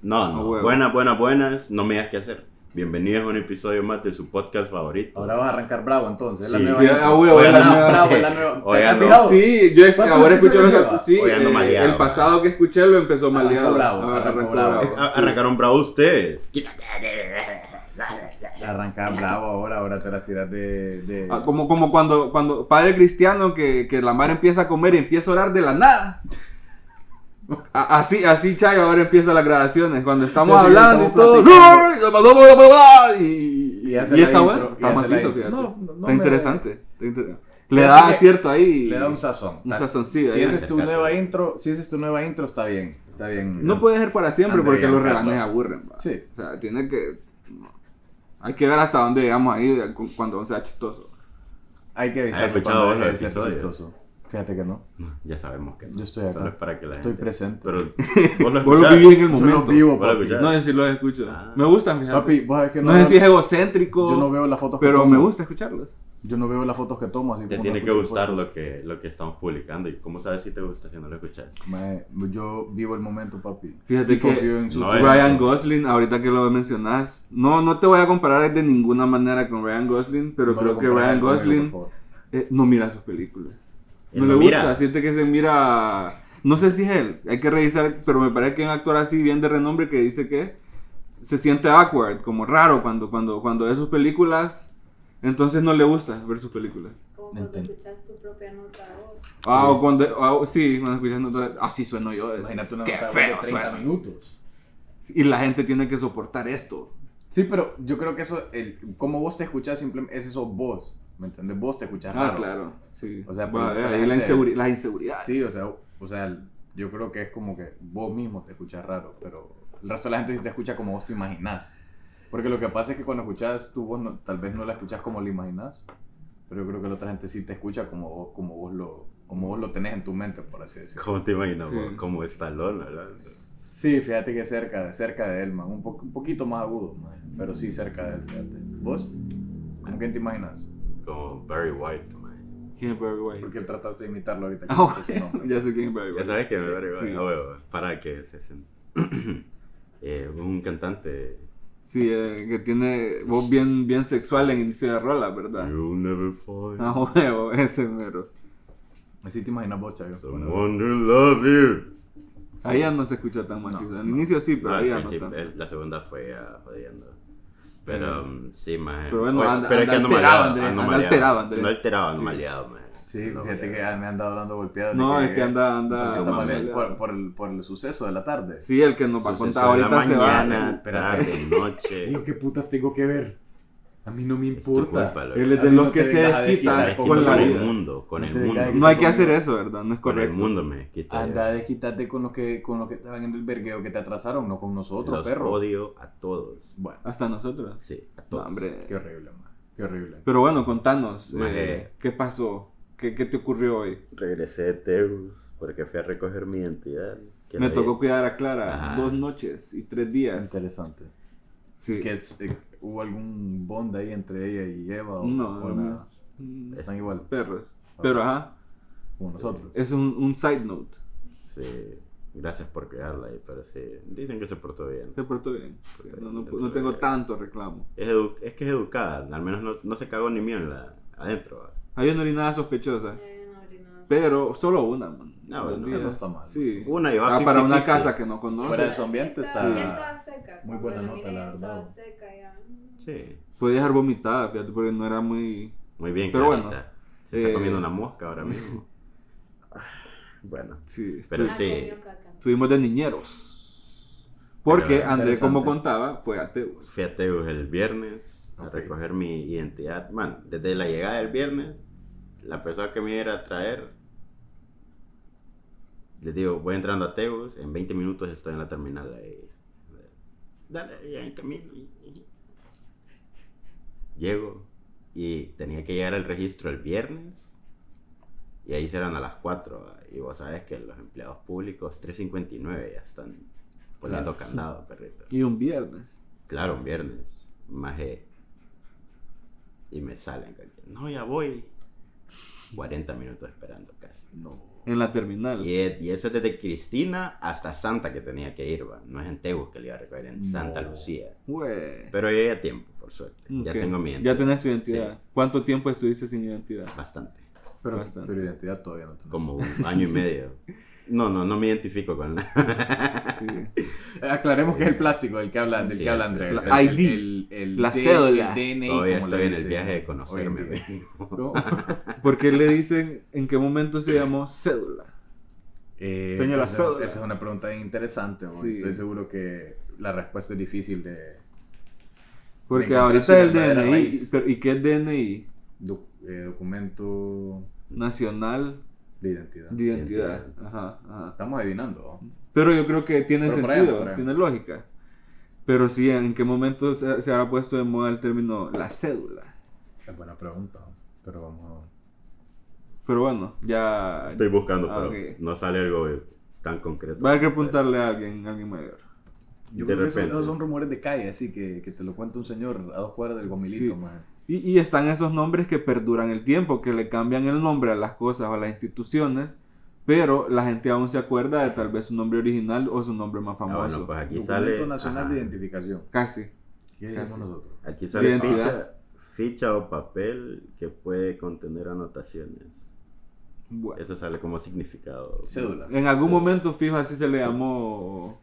No, no. No, huevo. buenas, buenas, buenas. No me digas qué hacer. Bienvenidos a un episodio más de su podcast favorito. Ahora vas a arrancar bravo entonces. Es Sí. la nueva. Ya, intro. ah, huevo, Oye, es la no, nueva- bravo, es la nueva. Oye, ¿Te has no. fijado? Sí, yo es- ¿Cuántos ahora escucho episodios los lleva? cap- sí, Hoy ando eh, maleado. el pasado que escuché lo empezó Arrancó maleado. bravo, Ah, arrancó arrancó bravo. bravo, A- sí. Arrancaron bravo ustedes. Arrancar bravo ahora, ahora te las tiras de. de... Ah, Como, como cuando, cuando padre cristiano que, que la madre empieza a comer y empieza a orar de la nada. A- Así, así Chayo ahora empieza las grabaciones. Cuando estamos Sí, hablando y estamos todo. platicando. Y, Y hace y la está intro, bueno. y Está hace la macizo, intro. fíjate. No, no está me- interesante. está inter- Le Fíjate da que acierto ahí. Le da un sazón. Un Ta- sazoncillo, Si ahí. esa es tu nueva intro, si esa es tu nueva intro, está bien. Está bien. No puede ser para siempre Andrea, porque los Carlos. rebanes aburren. va. Sí. O sea, tiene que. Hay que ver hasta dónde llegamos ahí de- cu- cuando sea chistoso. Hay que ¿Has avisar escuchado cuando vos deje de los ser episodios? chistoso. Fíjate que no. No, ya sabemos que no. Yo estoy acá. Solo es para que la Estoy gente- presente. Pero vos lo Vos lo escuchás. vivís en el Yo momento. los vivo, Vos lo papi. escuchás. No sé si lo escucho. Ah. Me gustan, fíjate. Papi, vos sabés que no. no, sé si es egocéntrico. Yo no veo las fotos que Pero tomo. me gusta escucharlos. Yo no veo las fotos que tomo, así Te como tiene no que escucho gustar fotos. lo que, lo que estamos publicando. ¿Y cómo sabes si te gusta si no lo escuchas? Mae, yo vivo el momento, papi. Fíjate Y que confío en su No, talento. Ryan Gosling, ahorita que lo mencionás. No, no te voy a comparar de ninguna manera con Ryan Gosling, pero No creo lo que compares Ryan conmigo, Gosling por favor. eh, no mira sus películas. Él No no le mira. gusta, siente que se mira. No sé si es él, hay que revisar, pero me parece que hay un actor así bien de renombre que dice que se siente awkward, como raro cuando, cuando, cuando ve sus películas, entonces no le gusta ver sus películas. Como cuando Entiendo. escuchas tu propia nota de voz. Ah, o cuando, ah, o- sí, cuando escuchas notas, así ah, sueno yo. decís, Imagínate una pues, "Qué nota de feo 30 suena". minutos. Y la gente tiene que soportar esto. Sí, pero yo creo que eso, el, como vos te escuchás, simplemente es eso vos. ¿Me entiendes? Vos te escuchás Ah, raro. claro. Sí. O sea, Bueno, pues, eh, la ahí la gente- inseguri- las inseguridades. Sí, o sea, o sea, yo creo que es como que vos mismo te escuchas raro, pero el resto de la gente sí te escucha como vos te imaginás. Porque lo que pasa es que cuando escuchas tu voz, no- tal vez no la escuchas como la imaginás, pero yo creo que la otra gente sí te escucha como vos, como vos, lo, como vos lo tenés en tu mente, por así decirlo. ¿Cómo te imaginas? Sí. vos? Como Stallone, ¿verdad? Sí, fíjate que cerca, cerca de él, man. Un, po- un poquito más agudo, man. Pero sí, cerca de él, fíjate. ¿Vos? ¿Cómo que te imaginas? Como Barry White, man. ¿Quién es Barry White? Porque él trataste de imitarlo ahorita. que Ah, dijiste su bueno, nombre. ya sé quién es Barry White. Ya sabes que Barry White, sí. ah, huevo, para que se sienta. eh, un cantante. Sí, eh, que tiene voz bien, bien sexual en inicio de rola, ¿verdad? You'll never find Ah, huevo, ese mero. Así te imaginas vos, Chayo. Bueno, someone who loves you. Ahí ya no se escucha tan macizo. No, Al no. inicio sí, pero No, al ahí Ah, ya no principio, tanto. el- la segunda fue ah, jodiendo. Pero um, sí, man. Eh. Pero bueno, Oye, anda- pero es anda que ando alterado, maleado, Andrés, ando anda maleado. alterado, Andrés. Ando alterado, ando Sí. maleado, man. Sí, Ando fíjate que maleado. ah, me han hablando golpeado. No, es que anda- anda- Está mal, eh, anda- por, por el, por el suceso de la tarde. Sí, el que nos va a Suceso contar de la ahorita se mañana, va. Espérate. tarde, noche. Digo, ¿qué putas tengo que ver? A mí no me Es tu importa. culpa, loco. Él es A de mí los no que te se vengas a desquita desquitar Con, con la el vida. mundo, con No el te vengas mundo. a No hay Con que el hacer mundo. eso, ¿verdad? No es Con el correcto. mundo me quita. Anda, desquítate con los que con los que estaban en el vergueo que te atrasaron, no con nosotros, Los perro. odio a todos. Bueno, Hasta nosotros. Sí, a No, todos. hombre. qué horrible, man. Qué horrible. Pero bueno, contanos. Maje. eh, ¿Qué pasó? ¿Qué, ¿Qué te ocurrió hoy? Regresé de Teus porque fui a recoger mi identidad. que Me la tocó había- cuidar a Clara Ajá. dos noches y tres días. Interesante. Sí. ¿Que es- eh, ¿Hubo algún bond ahí entre ella y Eva? O, No, o no, nada? Mm, Están igual Perros. Pero ajá, como nosotros. es un, un side note. Sí, gracias por cuidarla ahí, pero sí. Dicen que se portó bien. Se portó bien. Portó No, bien, no- se portó no tengo bien. tanto reclamo. Es, edu- es que es educada, al menos no, no se cagó ni mío en la, adentro. ¿va? Hay una orinada sospechosa, Eh, no, orinoso. pero solo una, man. Ah, bueno, Dos no días. está mal. Sí. pues, Una y va Ah, para una 50-50. casa que no conoce. Fuera de Sí, su ambiente estaba- está ya estaba seca. muy cuando buena la nota, la miré, ya verdad. estaba seca ya. Sí, Podía dejar vomitada, fíjate, porque no era muy. muy bien. Pero bueno, Clarita. Se está eh, comiendo una mosca ahora mismo. bueno, Sí, estu- Pero Ah, sí. comió caca. estuvimos de niñeros. Porque Pero André, como interesante. contaba, fue ateo. fui a Teus el viernes a Ok. recoger mi identidad. Bueno, desde la llegada del viernes, la persona que me iba a ir a traer, les digo, voy entrando a Teus, en 20 minutos estoy en la terminal. ahí. Dale, ya en camino. Llego y tenía que llegar al registro el viernes. Y ahí serán a las 4. Y vos sabes que los empleados públicos 3.59 ya están poniendo candado, perrito. Y un viernes. Claro, un viernes. Maje. Y me salen. con que, No, ya voy. 40 minutos esperando casi. No. En la terminal. Y, e- y eso es desde Cristina hasta Santa que tenía que ir, va. No es en Tegus que le iba a recoger, en Santa No. Lucía. Güey. Pero llegué a tiempo, por suerte. Ya Ok. tengo mi Ya identidad. tenés tu identidad. Sí. ¿Cuánto tiempo estuviste sin identidad? Bastante. Pero, Bastante. pero identidad todavía no tengo. Como un año y medio. No, no, no me identifico con la... Sí. Eh, Aclaremos que es el plástico del que habla, del Sí, que habla el- Andrea. la El- el- ID, el- el la D- cédula. el DNI, Todavía como le estoy Eh, en el dicen viaje de hoy en conocerme. día. amigo. No. ¿Por qué le dicen en qué momento se llamó cédula? Eh, Señora esa, cédula. esa es una pregunta interesante. güey. Sí. Estoy seguro que la respuesta es difícil de Porque De encontrar su ahorita el verdadera DNI. raíz. pero- ¿Y qué es DNI? doc- eh, documento Nacional de identidad. de identidad. Ajá, ajá. Estamos adivinando. ¿no? Pero yo creo que tiene Pero por ahí sentido, va, por ahí va. tiene lógica. Pero sí, ¿en qué momento se, se habrá puesto de moda el término la cédula? Es buena pregunta, ¿no? pero vamos a ver. Pero bueno, ya... Estoy buscando, Ah, pero ok. no sale algo eh, tan concreto. Va a haber que apuntarle a alguien, a alguien mayor. De Yo creo que esos- repente. esos son rumores de calle, así que, que te lo cuenta un señor a dos cuadras del gomilito, Sí. man. Y, y están esos nombres que perduran el tiempo, que le cambian el nombre a las cosas o a las instituciones, pero la gente aún se acuerda de tal vez su nombre original o su nombre más Ah, famoso. bueno, pues aquí Documento sale... Nacional ajá. de Identificación. Casi. ¿Qué decimos Casi. nosotros? Aquí sale Identidad. ficha, ficha o papel que puede contener anotaciones. Bueno. Eso sale como significado. Cédula. En algún Eh, Sí. momento, fijo, así se le llamó...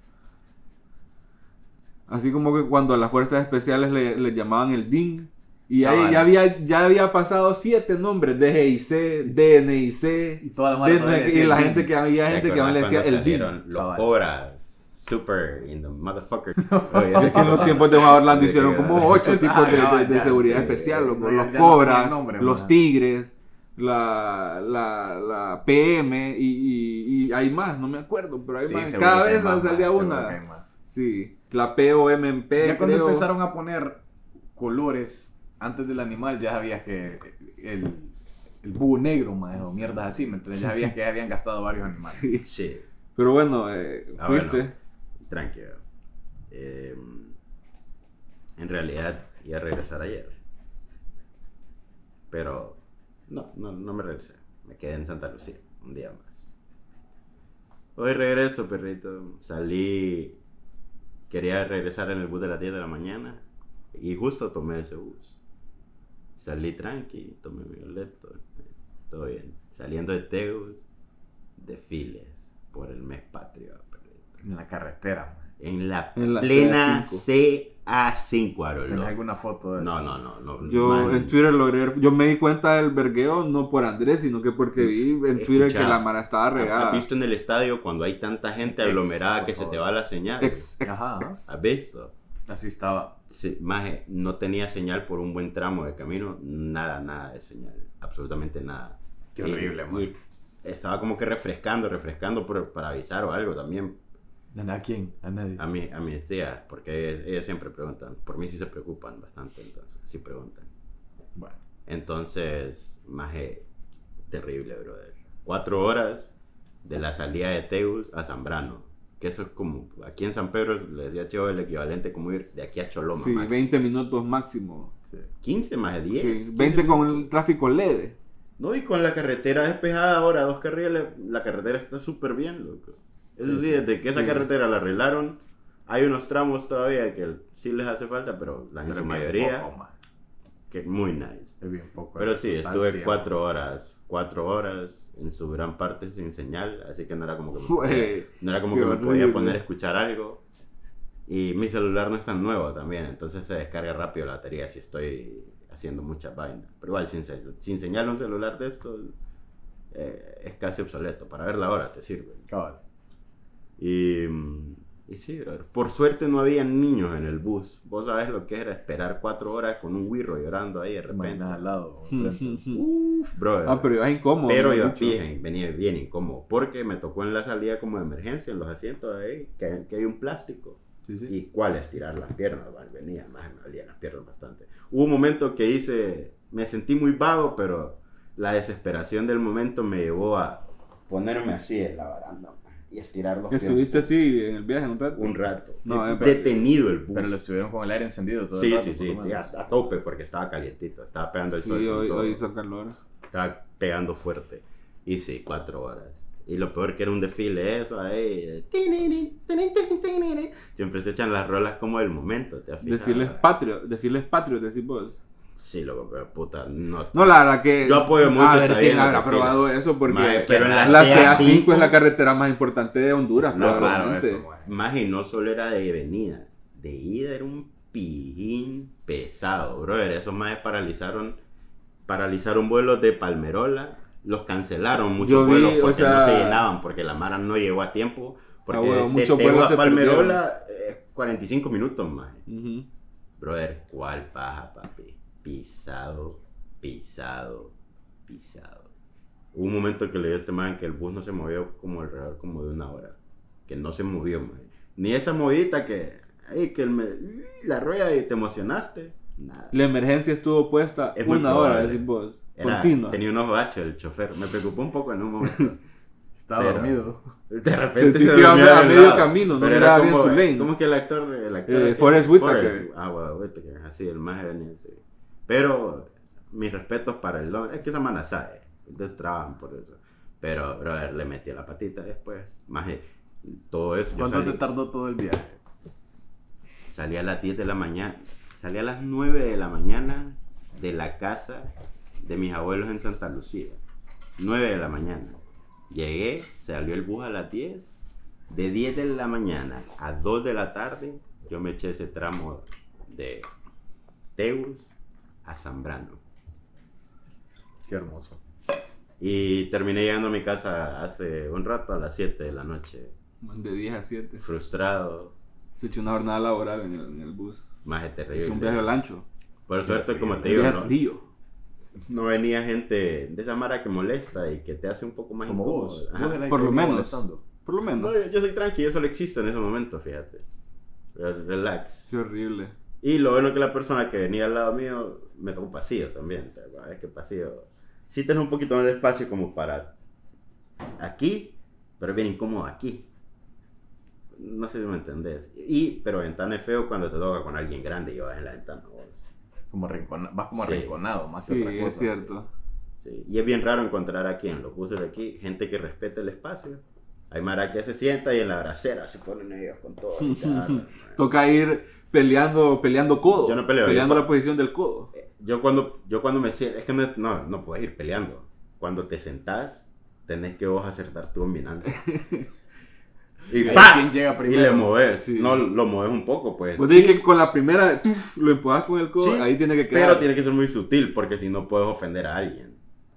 Así como que cuando a las fuerzas especiales le, le llamaban el DIN. Y Ah, ahí Cabal. ya, había, ya había pasado siete nombres, DGIC, DNIC, Y Ah, toda la mara todavía y decía la el gente DIN. que había ¿Te gente que aún le acuerdas decía cuando el DIN. salieron Los Cabal. cobras. Super in the motherfucker. Oye, Es que en los tiempos de Juan Orlando hicieron como ocho Ah, tipos de, no, de- de ya, seguridad eh, especial, loco. no, ya- los ya no cobras, tienen nombre, los man. tigres, la, la, la PM y, y- y hay más, no me acuerdo, pero hay Sí, más. seguro Cada que hay vez más, salía man, seguro que hay una. más. Sí, la POMMP, Ya cuando creo. empezaron a poner colores antes del animal, ya sabías que el, el búho negro, man, o mierdas así, ¿me entiendes? Ya sabías que ya habían gastado varios animales. Sí. Sí. Pero bueno, eh, Ah, fuiste. bueno. Tranquilo. Eh, en realidad iba a regresar ayer. Pero no, no, no me regresé. Me quedé en Santa Lucía un día más. Hoy regreso, perrito. Salí. Quería regresar en el bus de las 10 de la mañana. Y justo tomé ese bus. Salí tranqui, tomé mi boleto. este, Todo bien. Saliendo de Tegus, desfiles por el mes patrio, perrito. En la carretera, man. En la, En la plena CA5. CA5, Aroldo. ¿Tenés alguna foto de eso? No, no, no. no Yo man. en Twitter logré, yo me di cuenta del vergueo no por Andrés, sino que porque vi en Twitter Escucha, que la mara estaba ¿Has regada. visto en el estadio cuando hay tanta gente Ex, aglomerada por que se te favor. va la señal? Ex, ex, Ajá. ex. ¿Has visto? Así estaba. Sí, maje, no tenía señal por un buen tramo de camino. Nada, nada de señal. Absolutamente nada. Qué Y- horrible, man. y Estaba como que refrescando, refrescando por- para avisar o algo también ¿A quién? A nadie. a, mi- a mis tías, porque ellas, ellas siempre preguntan. Por mí sí se preocupan bastante, entonces, sí preguntan. Bueno. Entonces, maje, terrible, brother. Cuatro horas de la salida de Teus a Zambrano. Que eso es como, aquí en San Pedro le decía Cheo el equivalente como ir de aquí a Choloma. Sí, maje. 20 minutos máximo. Sí. 15 más de 10. Sí, 20 con el tráfico leve. No, y con la carretera despejada ahora, dos carriles, la carretera está súper bien, loco. Eso Sí, sí, sí. desde que esa Sí. carretera la arreglaron, hay unos tramos todavía que sí les hace falta, pero la en Pero su es bien mayoría, poco, man. que muy nice. Es bien poco. Pero sí, sustancia, estuve man. cuatro horas, cuatro horas, en su gran parte sin señal, así que no era como que me podía, Güey, no era como qué que me podía horrible. poner a escuchar algo. Y mi celular no es tan nuevo también, entonces se descarga rápido la batería si estoy haciendo muchas vainas. Pero igual, sin, se- sin señal un celular de estos eh, es casi obsoleto, para ver la hora te sirve. Cabal. Y, mm, y sí, brother. por suerte no había niños en el bus. Vos sabés lo que era esperar cuatro horas con un wirro llorando ahí de Te imaginas repente. este al lado. enfrente. ah, Uf, brother. pero ibas incómodo. mm. Pero ¿no? yo Mucho. fíjense, venía bien incómodo, porque me tocó en la salida como de emergencia, en los asientos ahí, que, que hay un plástico. Sí, sí. ¿Y cuál es tirar las piernas? va, Venía, más me dolían las piernas bastante. Hubo un momento que hice, me sentí muy vago, pero la desesperación del momento me llevó a ponerme así en la baranda. man. y estirar los pies Estuviste así en el viaje un rato. un rato. No, Eh, es- detenido el bus. Pero lo estuvieron con el aire encendido todo sí, el rato. sí, por lo sí, menos. y a, a tope porque estaba calientito, estaba pegando el Sí, sol. con hoy, todo. hoy hizo calor. Estaba pegando fuerte. Y sí, cuatro horas. Y lo peor que era un desfile eso ahí. Siempre se echan las rolas como del momento, ¿te has fijado? Decirles patrio, decirles patrio, decís vos. Sí, loco, pero puta, no. No, la verdad que. Yo apoyo mucho A esta ver quién vida, habrá Cristina. probado eso porque. Mae, pero en la CA5 CA5 es la carretera más importante de Honduras, No, claro, probablemente. eso, güey. Más y no solo era de venida, de ida era un pijín pesado, brother. Esos más paralizaron, paralizaron vuelos de Palmerola, los cancelaron muchos Yo vi, vuelos o porque no sea, se llenaban, porque la Mara no llegó a tiempo. Porque Ah, huevo, de muchos Tegua vuelos a se Palmerola eh, es 45 minutos más. Ujú. Brother, ¿cuál paja, papi? Pisado, pisado, pisado. Hubo un momento que le dio a este man que el bus no se movió como alrededor como de una hora. Que no se movió, man. Ni esa movidita que... Ay, que el me- la rueda y te emocionaste. Nada. La emergencia estuvo puesta Es muy una hora, probable. decís vos. Era- Continua. Tenía unos baches el chofer. Me preocupó un poco en un momento. Estaba Pero- dormido. De repente Sentí se que iba durmió a al medio lado. camino, no Pero miraba era bien como- su lane. ¿Cómo que el actor? El actor Eh, que- Forrest Whitaker. Ah, bueno, Whitaker, así, el más venía así. Pero mis respetos para el don. Es que esa mana sabe. Entonces trabajan por eso. Pero, brother, le metí la patita después. Más eh, todo eso. yo ¿Cuánto salí, te tardó todo el viaje? salí a las 10 de la mañana. Salí a las 9 de la mañana de la casa de mis abuelos en Santa Lucía. 9 de la mañana. Llegué, salió el bus a las 10. De 10 de la mañana a 2 de la tarde, yo me eché ese tramo de Teus a Zambrano. Qué hermoso. Y terminé llegando a mi casa hace un rato, a las 7 de la noche. De 10 a 7. Frustrado, Se echó una jornada laboral en el, en el bus. más de Es un viaje terrible. al ancho. Por suerte, como te digo, Un viaje a no- Trujillo. no venía gente de esa mara que molesta y que te hace un poco más Como incómodo. vos. Ajá. Vos eras Por el lo que menos. molestando. Por lo menos. No, yo, yo soy tranqui, yo solo existo en ese momento, fíjate. Re- Relax. Qué horrible. Y lo bueno que la persona que venía al lado mío me tocó un pasillo también. te acuerdas? Es que pasillo. Sí tenés un poquito más de espacio como para aquí, pero es bien incómodo aquí. No sé si me entendés. Y, pero ventana es feo cuando te toca con alguien grande y vas en la ventana. vos. Como rincona- vas como Sí. arrinconado más Sí, que otra cosa. es cierto. Sí, Y es bien raro encontrar aquí en los buses de aquí gente que respete el espacio. Hay mara que se sienta y en la bracera se ponen ellos con todo. y tal. Toca ir peleando, peleando codo. Yo Eh, no peleo, Peleando yo- la posición del codo. yo cuando yo cuando me siento, es que no, no, no puedes ir peleando. Cuando te sentás, tenés que vos acertar tu dominante. y Ahí ¡pa! quién llega Y le primero. moves. Sí. No, lo moves un poco, pues. Vos dije que con la primera tuf, lo empujas con el codo, Sí, ahí tiene que quedar. Pero tiene que ser muy sutil porque si no puedes ofender a alguien.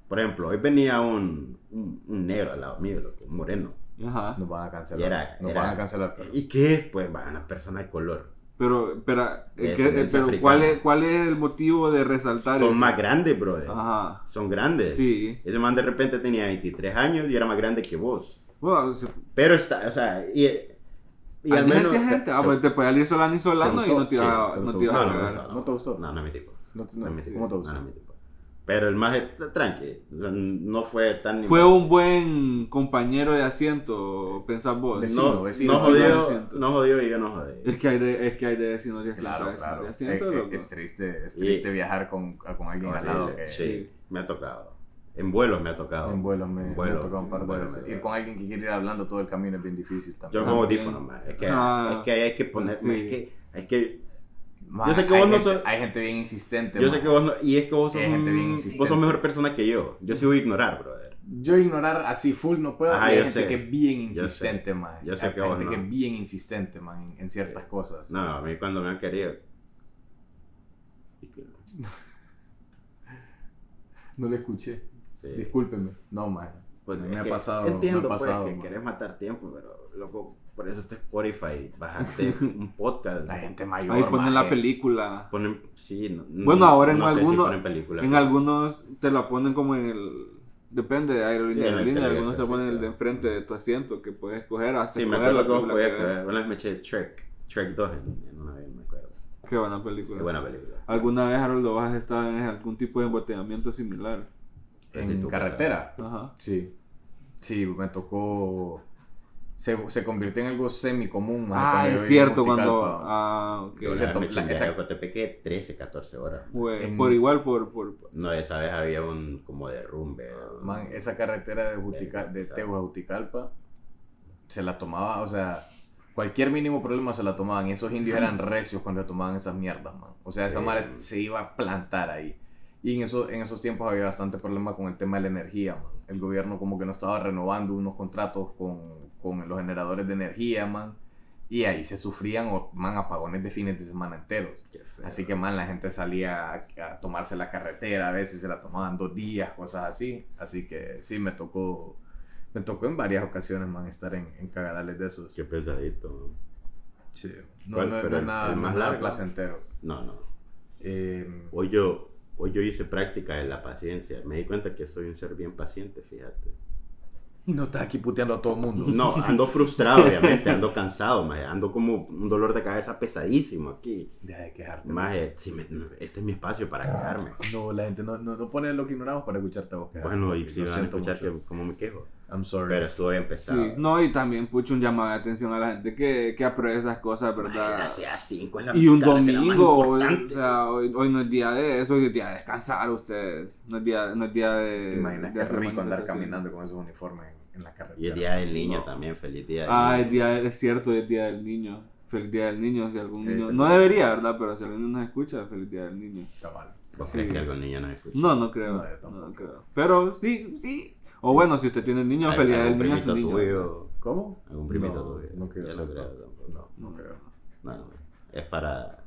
Por ejemplo, hoy venía un, un, un negro al lado mío, loco, un moreno. Ajá. Nos van a cancelar. Era- Nos era- van a cancelar. ¿Y qué es? Pues va, una persona de color. Pero, espera, eh, De que- eh, ascendencia pero ¿cuál, africana. es, ¿cuál es el motivo de resaltar Son eso? más grandes, brother. Ajá. Son grandes. Sí. Ese man de repente tenía 23 años y era más grande que vos. Bueno, se- Pero está, o sea, y, y al gente, te- gente. Ah, te- pues te puede salir solano y solano ¿Te y no gustó? te iba Sí, no te te iba no, a no, me cagar. gustaba. ¿No te gustó? No, no es mi tipo. No te- No no, es mi tipo. ¿Cómo te No, gustó? no es mi tipo. Pero el más es- tranqui, o sea, no fue tan... Fue un buen compañero de asiento, pensás vos. De- no, vecino, vecino, no vecino de jodió, asiento. no jodió y yo no jodí. Es que hay de, es que hay de vecinos de asiento, Claro, de claro. de Es, Eh, asiento, es- loco. es este, triste, es Y- triste viajar con, con alguien al lado que Sí, me ha tocado. En vuelos me ha tocado. en vuelos me, me vuelos, ha tocado un par en de vuelos veces. me Ir tocó. con alguien que quiere ir hablando todo el camino es bien difícil Yo también. como También. audífono, más. Es que, Ah, es que ahí hay que poner... sí. Es que... Es que Ma, Yo sé que hay vos no gente- sos- Hay gente bien insistente. yo Este ma. sé que vos no, y es que vos sos, Hay gente un- bien vos insistente. sos mejor persona que yo. Yo sí voy a ignorar, brother. Yo ignorar así full no puedo. Ajá, y hay yo gente sé. que es bien Yo sé. insistente, man. Yo sé hay que hay vos gente no. que es bien insistente, man, en, en ciertas cosas. No, a mí cuando me han querido... No lo escuché. Sí. Discúlpeme. No, man. Pues, me es ha que pasado. Entiendo me ha pasado, pues, que ma. querés matar tiempo, pero loco, por eso está Spotify. Bajaste un podcast. La gente mayor. Ahí ponen ma, la eh. película. Ponen, sí, no- Bueno, no- ahora en no sé si alguno- ponen películas, En pero- algunos te la ponen como en el. Depende de aerolínea Sí, en a el aerolínea. televisor, Algunos te sí, ponen el claro. de enfrente de tu asiento que puedes escoger hasta Sí, me escoger acuerdo la que vos película podías que ver. escoger. Una vez me eché Trek. Trek 2 en, en una vez, me acuerdo. Qué buena Qué película. buena película. ¿Alguna vez, Haroldo, vas a estar en algún tipo de embotellamiento similar? Sí, En tú, carretera. Ajá. Sí. Sí, me tocó. se, se convirtió en algo semi común. Ah, es cierto, cuando. Ah, ok. Que O sea, una vez me la- chingué esa- a Cotepeque 13, 14 horas. Güey, en- Por igual, por. por No, esa vez había un como derrumbe. Man, esa carretera de, Jutica, de Exacto. Tegucigalpa se la tomaba, o sea, cualquier mínimo problema se la tomaban. Esos indios eran recios cuando tomaban esas mierdas, man. O sea, esa Sí. madre se iba a plantar ahí. Y en, eso, en esos tiempos había bastante problema con el tema de la energía, man. El gobierno como que no estaba renovando unos contratos con, con los generadores de energía, man. Y ahí se sufrían, o- man, apagones de fines de semana enteros. Qué feo. Así que, man, la gente salía a, a tomarse la carretera, a veces se la tomaban dos días, cosas así. Así que sí, me tocó, me tocó en varias ocasiones, man, estar en, en cagadales de esos. Qué pesadito. man. Sí. No, ¿Cuál? no- no Pero es el- nada, el no más es nada largo. placentero. No, no. Eh, Hoy yo, hoy yo hice práctica de la paciencia. Me di cuenta que soy un ser bien paciente, fíjate. no estás aquí puteando a todo el mundo. No, ando frustrado, obviamente. Ando cansado, maje, Ando como un dolor de cabeza pesadísimo aquí. Deja de quejarte. Maje, si me- este es mi espacio para quedarme. Ah, No, la gente no, no, no pone lo que ignoramos para escucharte a vos. quejarte, Bueno, y papi. si Lo van a siento escuchar mucho. que- cómo me quejo. I'm sorry. Pero estuvo bien Sí, pesado. no, y también pucho un llamado de atención a la gente que, que apruebe esas cosas, ¿verdad? Gracias, cinco es la Y un mitad de la más domingo, eh, o importante. sea, hoy, hoy no es día de eso, hoy es día de descansar ustedes. No es día, no es día de. ¿Te imaginas de qué hacer rico andar manifestaciones? caminando con esos uniformes en, en la carretera? Y el día del niño No. también, feliz día. del Ah, niño. el día, es cierto, es día del niño. Feliz día del niño, si algún Eh, niño. feliz No día. debería, ¿verdad? Pero si alguien nos escucha, feliz día del niño. Cabal. ¿Vos sí. crees que algún niño nos escucha? No, no creo. No, yo No, tampoco. creo. Pero sí, sí. O bueno, si usted tiene niño, Al- feliz día algún del niño es primito un niño. tuyo, ¿Cómo? algún primito no, tuyo. No creo. Yo no creo no, tampoco. no, no creo. No, no, es para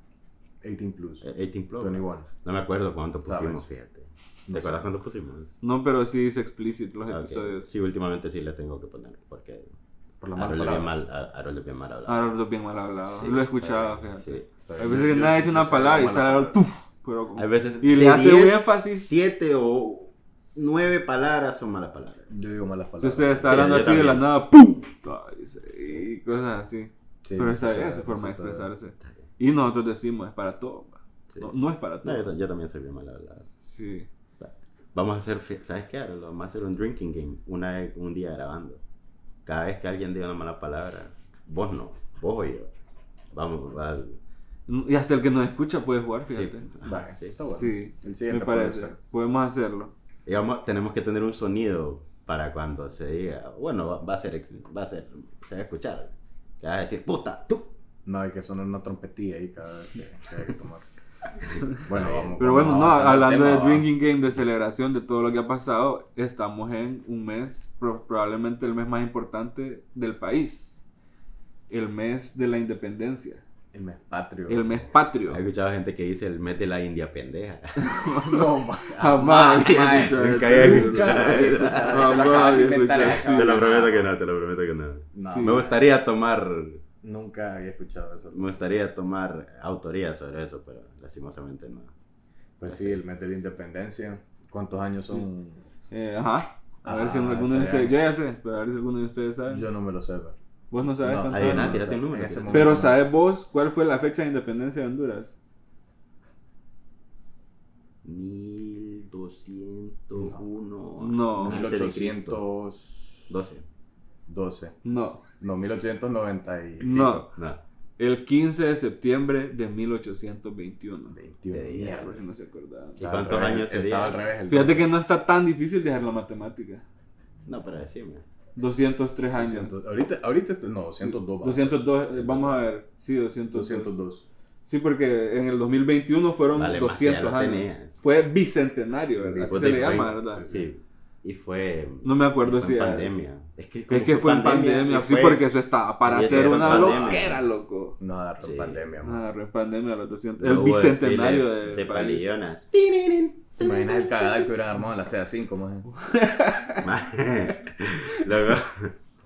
18 plus. eh, 18 Plus. 21. No me acuerdo cuánto Sabes. pusimos, fíjate. ¿Te No acuerdas sé. cuánto pusimos? No, pero sí es explícito los Ah, ok. episodios. Sí, últimamente sí le tengo que poner, porque Por la Harold es mala bien palabra. mal, a- Harold es bien mal hablado. Ahora lo Ah, bien mal hablado. Sí, lo he escuchado, está bien, fíjate. sí. Está Hay bien. veces que Yo- nadie yo dice sí una soy palabra y mala sale palabra. Harold tuf. Pero A veces Y le de hace 10, un énfasis. Siete o nueve palabras son malas palabras. Yo digo malas Si palabras. usted está Sí, hablando yo así de la también. nada, ¡pum! Y cosas así. Sí, Pero no esa se es sabe, su forma de no se sabe. expresarse. Está bien. Y nosotros decimos, es para todo. ma. Sí. No, no es para No, yo, todo. ta- yo también soy bien mal hablado. Sí. Vamos a hacer, fi- ¿sabes qué? Harold? Vamos a hacer un drinking game una, vez- un día grabando. Cada vez que alguien diga una mala palabra, vos no, vos o yo. Vamos, va. Y hasta el que nos escucha puede jugar, Sí, fíjate. ajá, Vale, sí. está bueno. Sí, El me siguiente parece. Podemos hacerlo. Y vamos- tenemos que tener un sonido para cuando se diga, bueno, va, va a ser, va a ser, se va a escuchar. Te vas a decir, puta, tú. No, hay que sonar una trompetilla ahí cada vez que, que hay que tomar. bueno, bien. vamos. Pero vamos bueno, no, avanzando el hablando tema, de va. Drinking Game, de celebración, de todo lo que ha pasado, estamos en un mes, pro- probablemente el mes más importante del país. El mes de la independencia. El mes patrio. El mes patrio. He escuchado gente que dice el mes de la India pendeja. no, ma- Jamás había mae. dicho Nunca esto. había escuchado. Ah, Escucha, escucha, te lo Jamás acabas de había inventar escuchado. eso. te lo prometo que no, te lo prometo que no. No, Sí. Me gustaría tomar, Nunca había escuchado eso. me gustaría tomar autoría sobre eso, pero lastimosamente no. Pues sí, el mes de la independencia. ¿Cuántos años son? Eh, ajá. A ver si Ah, alguno de ya. ustedes. Yo ya sé, pero a ver si alguno de ustedes sabe. Yo no me lo sé. pero- Vos no sabes No, cuánto Adivina, era. no tírate sé. un número, En este tírate. momento Pero no. ¿sabes vos cuál fue la fecha de independencia de Honduras? 1201. No. antes de Cristo. 1812. 12. No, No, 1890 y no. No. El 15 de septiembre de 1821. 21. Te digo. Por si no se acordaban. ¿Y cuántos Al revés, años sería? Estaba al revés. el Fíjate que 12. no está tan difícil dejar la matemática. No, pero decime. 203 años. 200. ahorita, ahorita está- no, 202. va. 202, eh, vamos a ver. Sí, 202. 202. Sí, porque en el 2021 fueron Vale, más que ya 200 lo años. tenía. Fue bicentenario, ¿verdad? Así Pues se de- le fue- llama, ¿verdad? Sí. Y fue. No me acuerdo fue si en era- pandemia. Es que, como Es que fue en pandemia, y sí, fue- porque eso estaba para y eso hacer fue una pandemia. loquera, loco. No, agarró Sí. pandemia, man. Nada, en pandemia, los 200. no El hubo bicentenario desfile del de país. palillonas. Ah. ¿Te imaginas el cagadal que hubieran armado en la CA5, man? Luego,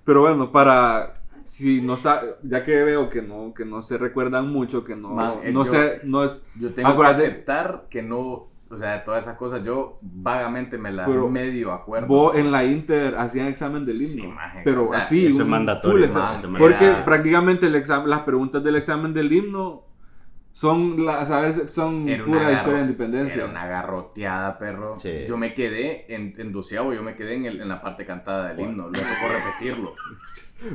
Pero bueno, para. Si no sa- ya que veo que no, que no se recuerdan mucho, que no, Man, eh, no yo- sé, no es, Yo tengo Acuérdate- que aceptar que no, o sea, todas esas cosas yo vagamente me las Pero medio acuerdo. vos en la Inter hacían examen del himno, Sí, maje, pero o sea, así, eso es un mandatorio, full man, examen. eso es Porque mandatorio. prácticamente el exam- las preguntas del examen del himno son, la, ¿sabes? son Era una pura garro- historia de independencia. Era una garroteada, perro. Sí. Yo me quedé en, en doceavo, yo me quedé en, el- en la parte cantada del himno. Luego tocó repetirlo.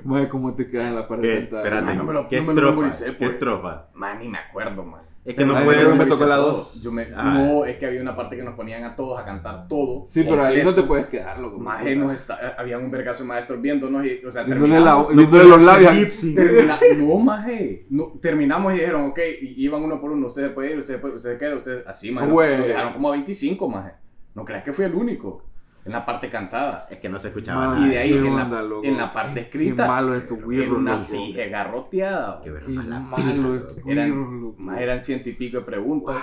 Madre, ¿cómo te quedas en la ¿Qué? parte alta? Eh, Espérate, Ah, no me lo- ¿qué no me lo estrofa? memoricé, ¿Qué pues. estrofa? Man, ni me acuerdo, man. Es que no Ay, puedes... creo que me tocó la Todo. dos. Yo me, Ah. no, es que había una parte que nos ponían a todos a cantar todo. Sí, pero ahí completo. no te puedes quedar, loco. Más nos está, eh, había un vergazo de maestros viéndonos y, o sea, Dándole la- terminamos. dándole los labios. Gypsy. Termina- no, maje. No, terminamos y dijeron, ok, y iban uno por uno, ustedes pueden ir, ustedes pueden, ustedes quedan, ustedes así, maje. Güey. Nos dejaron como a 25, maje. No creas que fui el único en la parte cantada. Es que no se escuchaba Man, nada. Y de ahí qué en, onda, la, loco. en la parte Qué- qué escrita. malo es tu Era güirro, una loco. dije garroteada. Qué Qué verga mala malo pila, es tu loco. Eran- virus, loco. Maje, eran ciento y pico de preguntas.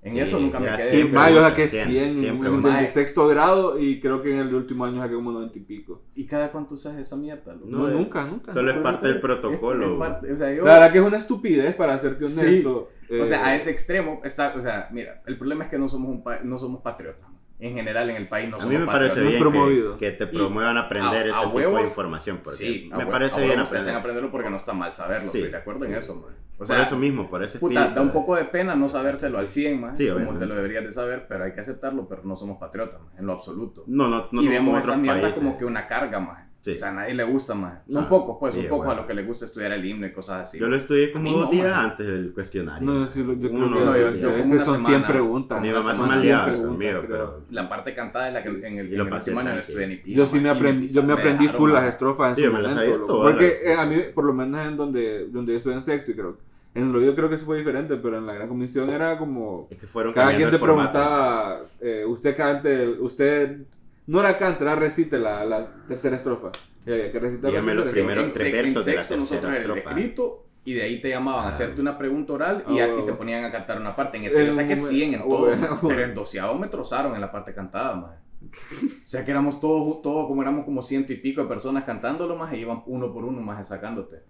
En Sí, eso nunca me ya quedé. siempre- Maje, Mayo saqué Cien, 100, cien en preguntas. el sexto grado y creo que en el de último año saqué como 90 y pico. ¿Y cada cuánto usas esa mierda? loco? No, No, eh, nunca, nunca. Solo es parte del protocolo. Es parte- o sea, yo- La verdad que es una estupidez para serte Sí. honesto. O sea, a Eh, ese extremo está, o sea, mira, el problema es que no somos un pa- no somos patriotas. En general en el país no a mí somos me parece patriotas. No es bien promovido. que, que te promuevan a aprender a- a ese tipo de huevos, información. Porque sí, me parece bien aprender. hacen aprender. aprenderlo porque no está mal saberlo, Sí, estoy de acuerdo en sí. eso, man. O por sea, eso mismo, por ese puta, espíritu da un de- poco de pena no sabérselo al 100, man, Sí, como obviamente. te lo deberías de saber, pero hay que aceptarlo, pero no somos patriotas, man, en lo absoluto. No, no, no son y como vemos esta otros mierda países. como que una carga, man. Sí. O sea, a nadie le gusta, man. Son Ah, pocos, pues, sí, son pocos bueno. a los que les gusta estudiar el himno y cosas así. Yo lo estudié A como mí no, dos días man. antes del cuestionario. no, yo, sí lo- yo creo Uno, que no, sí, yo- es yo que como una son semana. 100 preguntas. Mi Una mamá se semana son me maldeaba 100 conmigo, preguntas, creo. pero... La parte cantada es la que en el, Y lo en el pasé último año no tranquilo. estudié ni pija, Yo sí man, me y aprendí, yo me me aprendí dejaron, full las man. estrofas en Sí, su yo me las momento. sabía loco. todas. Porque eh, a mí, por lo menos en donde, donde yo estudié en sexto, y creo. En el oído creo que eso fue diferente, pero en la gran comisión era como. Es que fueron Cada quien cambiando te el formato. preguntaba, eh, usted cante, el- usted. No era cante, era recite la, la tercera estrofa. Y había que recitar Dígame la lo tercera primero. en, primeros tres sec- en versos de la sexto nosotros tercera era el estrofa. escrito y de ahí te llamaban Ah. a hacerte una pregunta oral Ah, y aquí huevo. te ponían a cantar una parte. En ese Eh, yo saqué huevo. 100 en Ah, todo, huevo. man, pero en doceavo me trozaron en la parte cantada, man. O sea que éramos todos, todos como éramos como ciento y pico de personas cantándolo más y iban uno por uno más sacándote.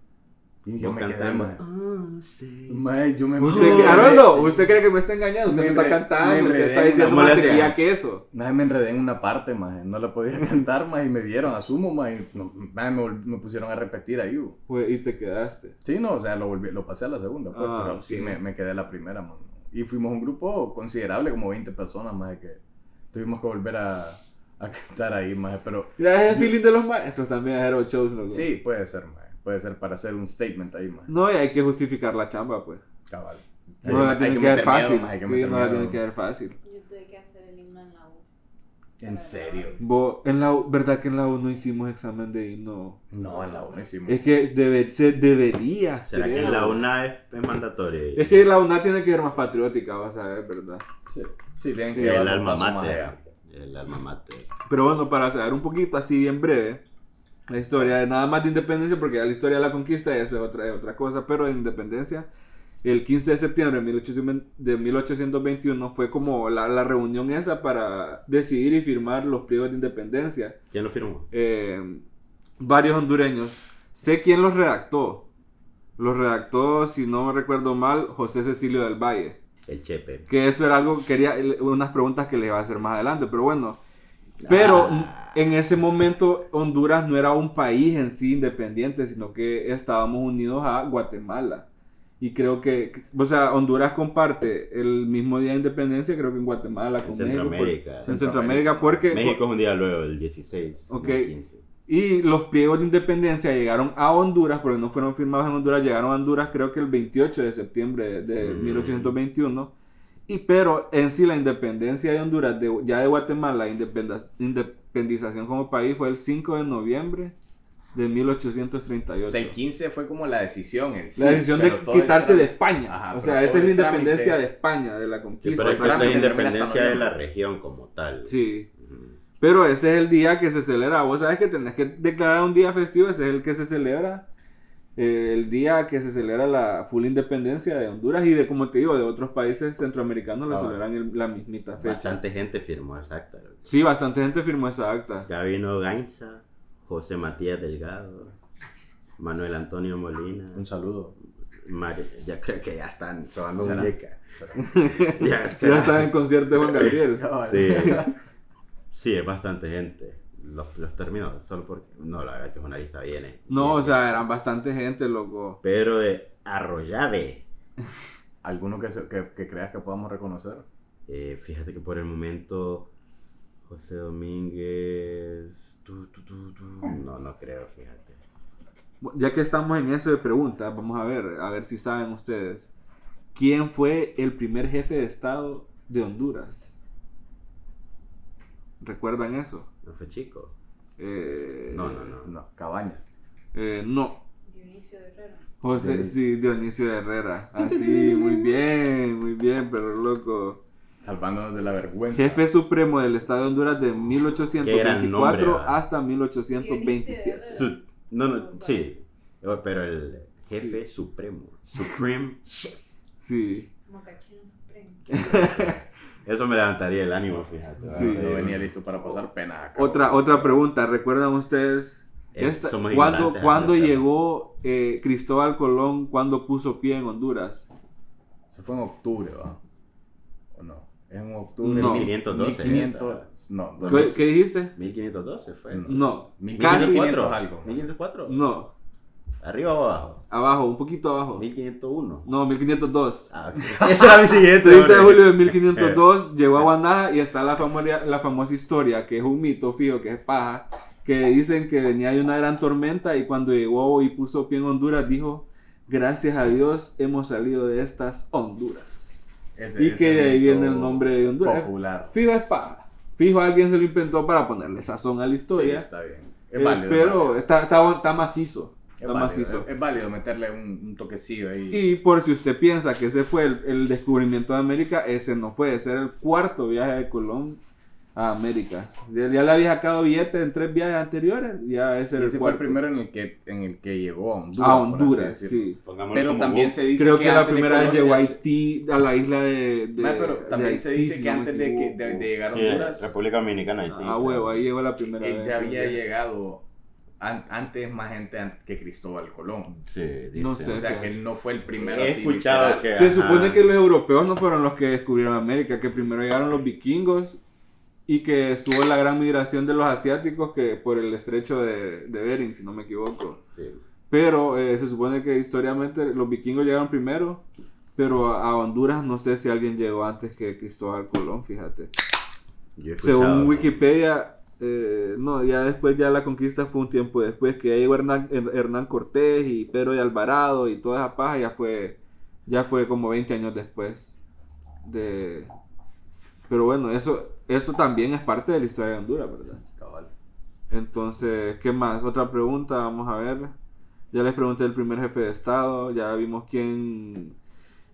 Y yo Vos me quedé, cantando. man. Ah, sí. Man, yo me Usted, me- Haroldo, usted cree que me está engañando, usted me Me está enre- me cantando, usted enredé está en diciendo una más molestia. tequila que eso. Maje, me enredé en una parte, maje. No la podía cantar, más y me vieron, asumo, más y no, maje, me, vol- me pusieron a repetir ahí. uh. Fue- y te quedaste. Sí, no, o sea, lo, volví- lo pasé a la segunda, pues, Ah, pero sí, ok. me, me quedé la primera, man. Y fuimos un grupo considerable, como 20 personas, más que tuvimos que volver a, a cantar ahí, más pero... Ya es el feeling de los maestros también, era shows, loco. Sí, puede ser, maje. Puede ser para hacer un statement ahí, más No, y hay que justificar la chamba, pues. Cabal. Hay No que- la hay tienen que dar meter miedo, fácil. maje, hay que Sí, meter no la miedo. tienen que dar fácil. Yo tuve que hacer el himno en la U. En serio. Vos, en la U- ¿verdad que en la U no hicimos examen de himno? No, en la 1 hicimos. Es que debe, se debería. ¿Será creo. que en la UNA es, es mandatoria? Es que la UNA tiene que ser más patriótica, vas a ver, ¿verdad? Sí, sí, tienen Sí, que el dar un alma paso más mater. allá. El alma mater. Pero bueno, para saber un poquito así bien breve, la historia de nada más de independencia, porque ya la historia de la conquista eso es otra, es otra cosa, pero de independencia, el 15 de septiembre de 1820 de 1821 fue como la, la reunión esa para decidir y firmar los pliegos de independencia. ¿Quién lo firmó? eh, varios hondureños. Sé quién los redactó. Los redactó, si no me recuerdo mal, José Cecilio del Valle. El Chepe. Que eso era algo que quería, el- unas preguntas que le iba a hacer más adelante, pero bueno. Pero Ah. en ese momento Honduras no era un país en sí independiente, sino que estábamos unidos a Guatemala. Y creo que, o sea, Honduras comparte el mismo día de independencia, creo que en Guatemala, con México, por- Centroamérica. en Centroamérica, porque... México es un día luego, el 16. no Ok. el 15. Y los pliegos de independencia llegaron a Honduras, porque no fueron firmados en Honduras, llegaron a Honduras creo que el 28 de septiembre de Mm. 1821. Y pero en sí la independencia de Honduras, de- ya de Guatemala, la independa- independización como país fue el 5 de noviembre de O sea, el 1838. 15 fue como la decisión, el sí, La decisión pero de todo el quitarse de trámite- España. Ajá, o pero sea, todo esa es la el trámite- independencia de España, de la Sí, conquista. pero es que esa trámite es la termina hasta independencia de la noviembre. región como tal. Sí. Ujú. Pero ese es el día que se celebra. Vos sabés que tenés que declarar un día festivo, ese es el que se celebra. eh, el día que se celebra la full independencia de Honduras y de, como te digo, de otros países centroamericanos la Ah. celebran en la mismita fecha. Bastante gente firmó esa acta. Sí, bastante gente firmó esa acta. Ya vino Gainza, José Matías Delgado, Manuel Antonio Molina. Un saludo. Mari- ya creo que ya están sobando Será. muñeca. Ya ya, será. estaba en concierto de Juan Gabriel. Sí. Sí, es bastante gente. Los, los termino solo porque. No, la verdad que es una lista bien. eh. No, o sea, eran bastante gente, loco. Pero de Arroyave. ¿Alguno que, se- que, que creas que podamos reconocer? Eh, fíjate que por el momento José Domínguez. tu, tu, tu, tu, No, no creo, fíjate. Ya que estamos en eso de preguntas, vamos a ver, a ver si saben ustedes. ¿Quién fue el primer jefe de Estado de Honduras? ¿Recuerdan eso? No fue chico. Eh, No, no, no. No, cabañas. eh, no. Dionisio Herrera. José, Dionisio. sí, Dionisio Herrera. Así, muy bien, muy bien, pero loco. Salvándonos de la vergüenza. Jefe supremo del Estado de Honduras de Qué gran 1824 nombre, va. hasta 1827. Su- no, no, sí. Oh, Pero el jefe supremo. Supreme Chef. Sí. Mocachino Supremo. Eso me levantaría el ánimo, fíjate. Eh, Sí. No venía listo para pasar penas acá. Otra, otra pregunta, ¿recuerdan ustedes? Eh, Esta- somos ¿Cuándo, ignorantes, cuándo Alexander. llegó eh, Cristóbal Colón? ¿Cuándo puso pie en Honduras? Eso fue en octubre, ¿va? ¿O no? Es en octubre. No. 1512 1500. No, ¿Qué, qué dijiste? 1512 fue. No, Ah, casi, 1504. 1500 algo. 1504. no, ¿Arriba o abajo? abajo, un poquito abajo. 1501. No, 1502. Ah, ok. Esa era mi siguiente. 30 de orden. julio de 1502 llegó a Guanaja y está la, famosa la famosa historia, que es un mito fijo, que es paja, que dicen que venía de una gran tormenta y cuando llegó y puso pie en Honduras dijo, gracias a Dios hemos salido de estas Honduras. Ese- y ese que de ahí mito viene el nombre de Honduras. Popular. Fijo es paja. Fijo alguien se lo inventó para ponerle sazón a la Sí, historia. está bien. eh, Es válido. pero está, está, está macizo. es Está válido, es, macizo. es válido meterle un, un toquecillo ahí. Y por si usted piensa que ese fue el, el descubrimiento de América, ese no fue, ese era el cuarto viaje de Colón a América. Ya, ya le había sacado billete en tres viajes anteriores, ya ese era Y ese el fue el cuarto. primero en el que, en el que llegó a a Honduras. por así Honduras, decirlo. sí. Pongámoslo Pero como también vos. se dice Creo que, la antes de primera vez Colón llegó a ya se- Haití, a la isla de... de- Ma, pero de también se Haití, dice si que no me antes de, que, de, equivoco. de llegar a Sí, Honduras, República Dominicana, Haití. Ah, huevo, ahí llegó la primera él vez. ya había llegado an- antes más gente an- que Cristóbal Colón. Sí, dice. No sé. O sea, Exacto. que él no fue el primero. He así, escuchado literal. que. Se ajá, supone que los europeos no fueron los que descubrieron América, que primero llegaron los vikingos y que estuvo la gran migración de los asiáticos que por el estrecho de, de Bering, si no me equivoco. sí. Pero eh, se supone que históricamente los vikingos llegaron primero, pero a, a Honduras no sé si alguien llegó antes que Cristóbal Colón, fíjate. Yo he escuchado, Según ¿no? Wikipedia, eh, no, ya después ya la conquista fue un tiempo después que ya llegó Hernán, Her- Hernán Cortés y Pedro de Alvarado y toda esa paja ya fue ya fue como 20 años después de pero bueno, eso eso también es parte de la historia de Honduras, ¿verdad? Cabal. Entonces, ¿qué más? Otra pregunta, vamos a ver. Ya les pregunté el primer jefe de Estado, ya vimos quién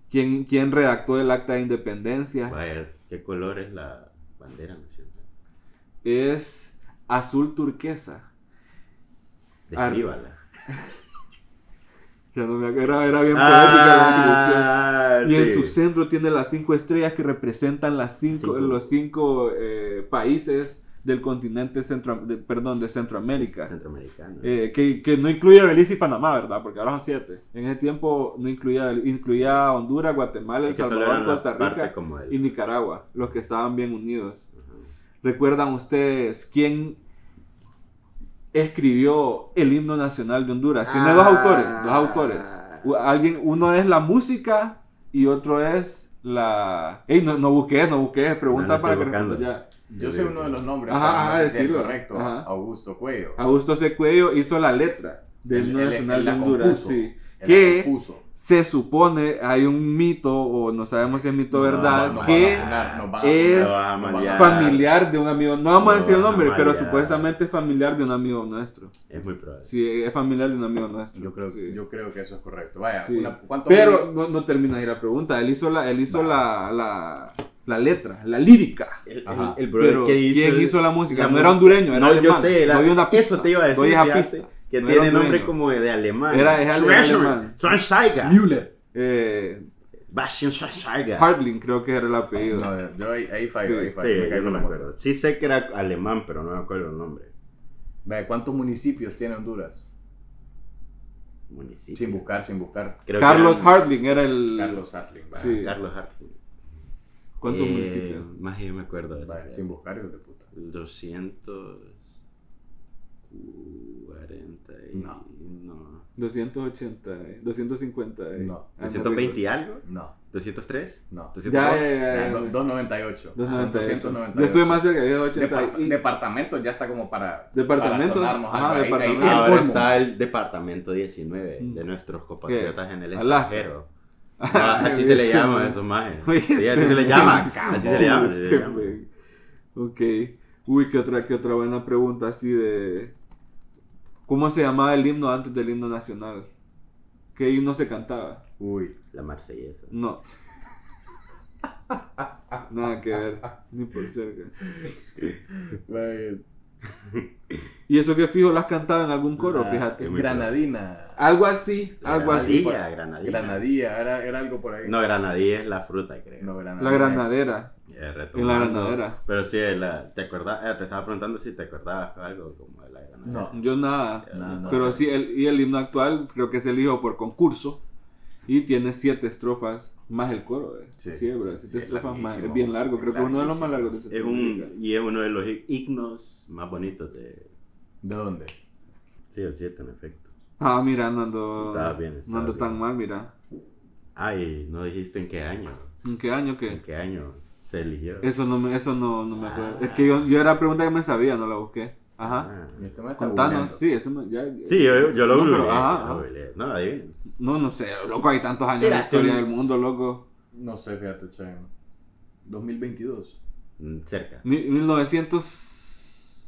quién quién redactó el acta de independencia. Vaya, ¿qué color es la bandera nacional? Es azul turquesa. Descríbala. Ya no me acuerdo, era, era bien poética Ah, la descripción. Y en sí. su centro tiene las cinco estrellas que representan las cinco, Cinco. los cinco eh, países del continente centro, de- perdón, de Centroamérica. Centroamericano. Eh, que, que no incluye Belice y Panamá, ¿verdad? Porque ahora son siete. En ese tiempo no incluía, incluía Honduras, Guatemala, El Es que solo eran Salvador, las Costa partes Rica como el- y Nicaragua, los que estaban bien unidos. Ajá. ¿Recuerdan ustedes quién escribió el himno nacional de Honduras? Tiene Ah. dos autores, dos autores. U- Alguien, uno es la música y otro es la... Ey, no, no busques, no busques, pregunta No, no para que estoy buscando. responda ya. Yo sé uno de los nombres. Ajá, pero no ajá, sé si es el decilo. correcto. Ajá. Augusto Cuello. Augusto C. Cuello hizo la letra del Él- himno él- nacional él de la Honduras, compuso. sí. Él Que compuso. se supone, hay un mito, o no sabemos si es mito o verdad, No, no, que no, no, no, no, no, es no, no, no, no, no, no, familiar de un amigo. No vamos a No, decir el nombre, no, pero ya. supuestamente es familiar de un amigo nuestro. Es muy probable. Sí, es familiar de un amigo nuestro. Yo creo, sí. yo creo que eso es correcto. Vaya, Sí. una- ¿cuántos Pero no, no termina ahí la pregunta. Él hizo la, él hizo la, la, la letra, la lírica. El, Ajá. el, el brother Pero que hizo ¿quién el- hizo la música? la no era mu- hondureño, era no, alemán. yo sé, era- Doy una pista. eso te iba a decir. Doy esa fíjate, pista. Que No era tiene nombre hondureño. como de alemán. Era- es algo Treasure, alemán. Schweinsteiger. Müller. Eh, Bastian Schweinsteiger. Hartling creo que era el apellido. No, yo ahí, ahí fallo, Sí, ahí fallo. Sí, me yo caigo no me en la acuerdo. Sí sé que era alemán, pero no me acuerdo el nombre. Vaya, ¿cuántos municipios tiene Honduras? Municipio. Sin buscar, sin buscar. Creo que Carlos era- Ah, Hartling era el... Carlos Atling, vaya. Sí. Carlos Hartling. ¿Cuántos Eh, municipios? Más yo me acuerdo de Vaya, eso. sin buscar, hijo de puta. 240 y... No. No. 280, eh, 250. eh. No. Ah, muy rico. 220 y algo. No, 203. no. Ya, 202. ya, ya, Ah, Eh, ya. do- 298. 298. 298. Yo estuve más cerca, yo de 80. Depart- y- Departamento ya está como para. Departamento. Para sonarnos algo. Ajá, Ahí- ahí sí departamento. el Ahora colmo. está el departamento 19 Mm. de nuestros compatriotas en el Alaska. extranjero. Ah, así se Este le llama man. a esos majes. Oye, Sí, este así se le man. llama. Así se le llama. así se Este, le llama. güey. Ok. Uy, qué otra, qué otra buena pregunta así de. ¿Cómo se llamaba el himno antes del himno nacional? ¿Qué himno se cantaba? Uy. La marsellesa. No. Nada que ver, ni por cerca. Güey, Y eso que fijo las cantaba en algún coro, la fíjate. muy Granadina. Algo así, La algo así. granadilla, granadilla. Granadilla. Era, era algo por ahí. No, granadilla es la fruta, creo. No, granadina. La granadera. Eh, retomando. En la granadera. Pero sí, la- ¿te acordás? Eh, te estaba preguntando si te acordabas algo como de la granadera. No. Yo nada. Eh, No, no. Pero sí, el, y el himno actual creo que es elijo por concurso y tiene siete estrofas más el coro. eh. Sí, Sí. bro, siete Sí, es estrofas más. larguísimo. Es bien largo, creo que es uno de los más largos Larguísimo. de Es Centroamérica. un, y es uno de los himnos más bonitos de... ¿De dónde? Sí, el 7 en efecto. Ah, mira, no ando, Estaba bien, estaba no ando tan bien. mal, mira. Ay, no dijiste en qué año. ¿En qué año ¿En qué? qué año se eligió? Eso no me, eso no, no me acuerdo. Ah. Es que yo, yo era pregunta que me sabía, no la busqué. Ajá. Ah. Este me está Contanos, googleando. sí, esto me- ya, Sí, yo, yo lo No, pero, googleé, ajá, yo ajá. lo googleé. No, adivinen. No, no sé, loco, hay tantos años de Mira, la historia tú- del mundo, loco. No sé, fíjate, Chayan. 2022. Mm, Cerca. Mi- 1900.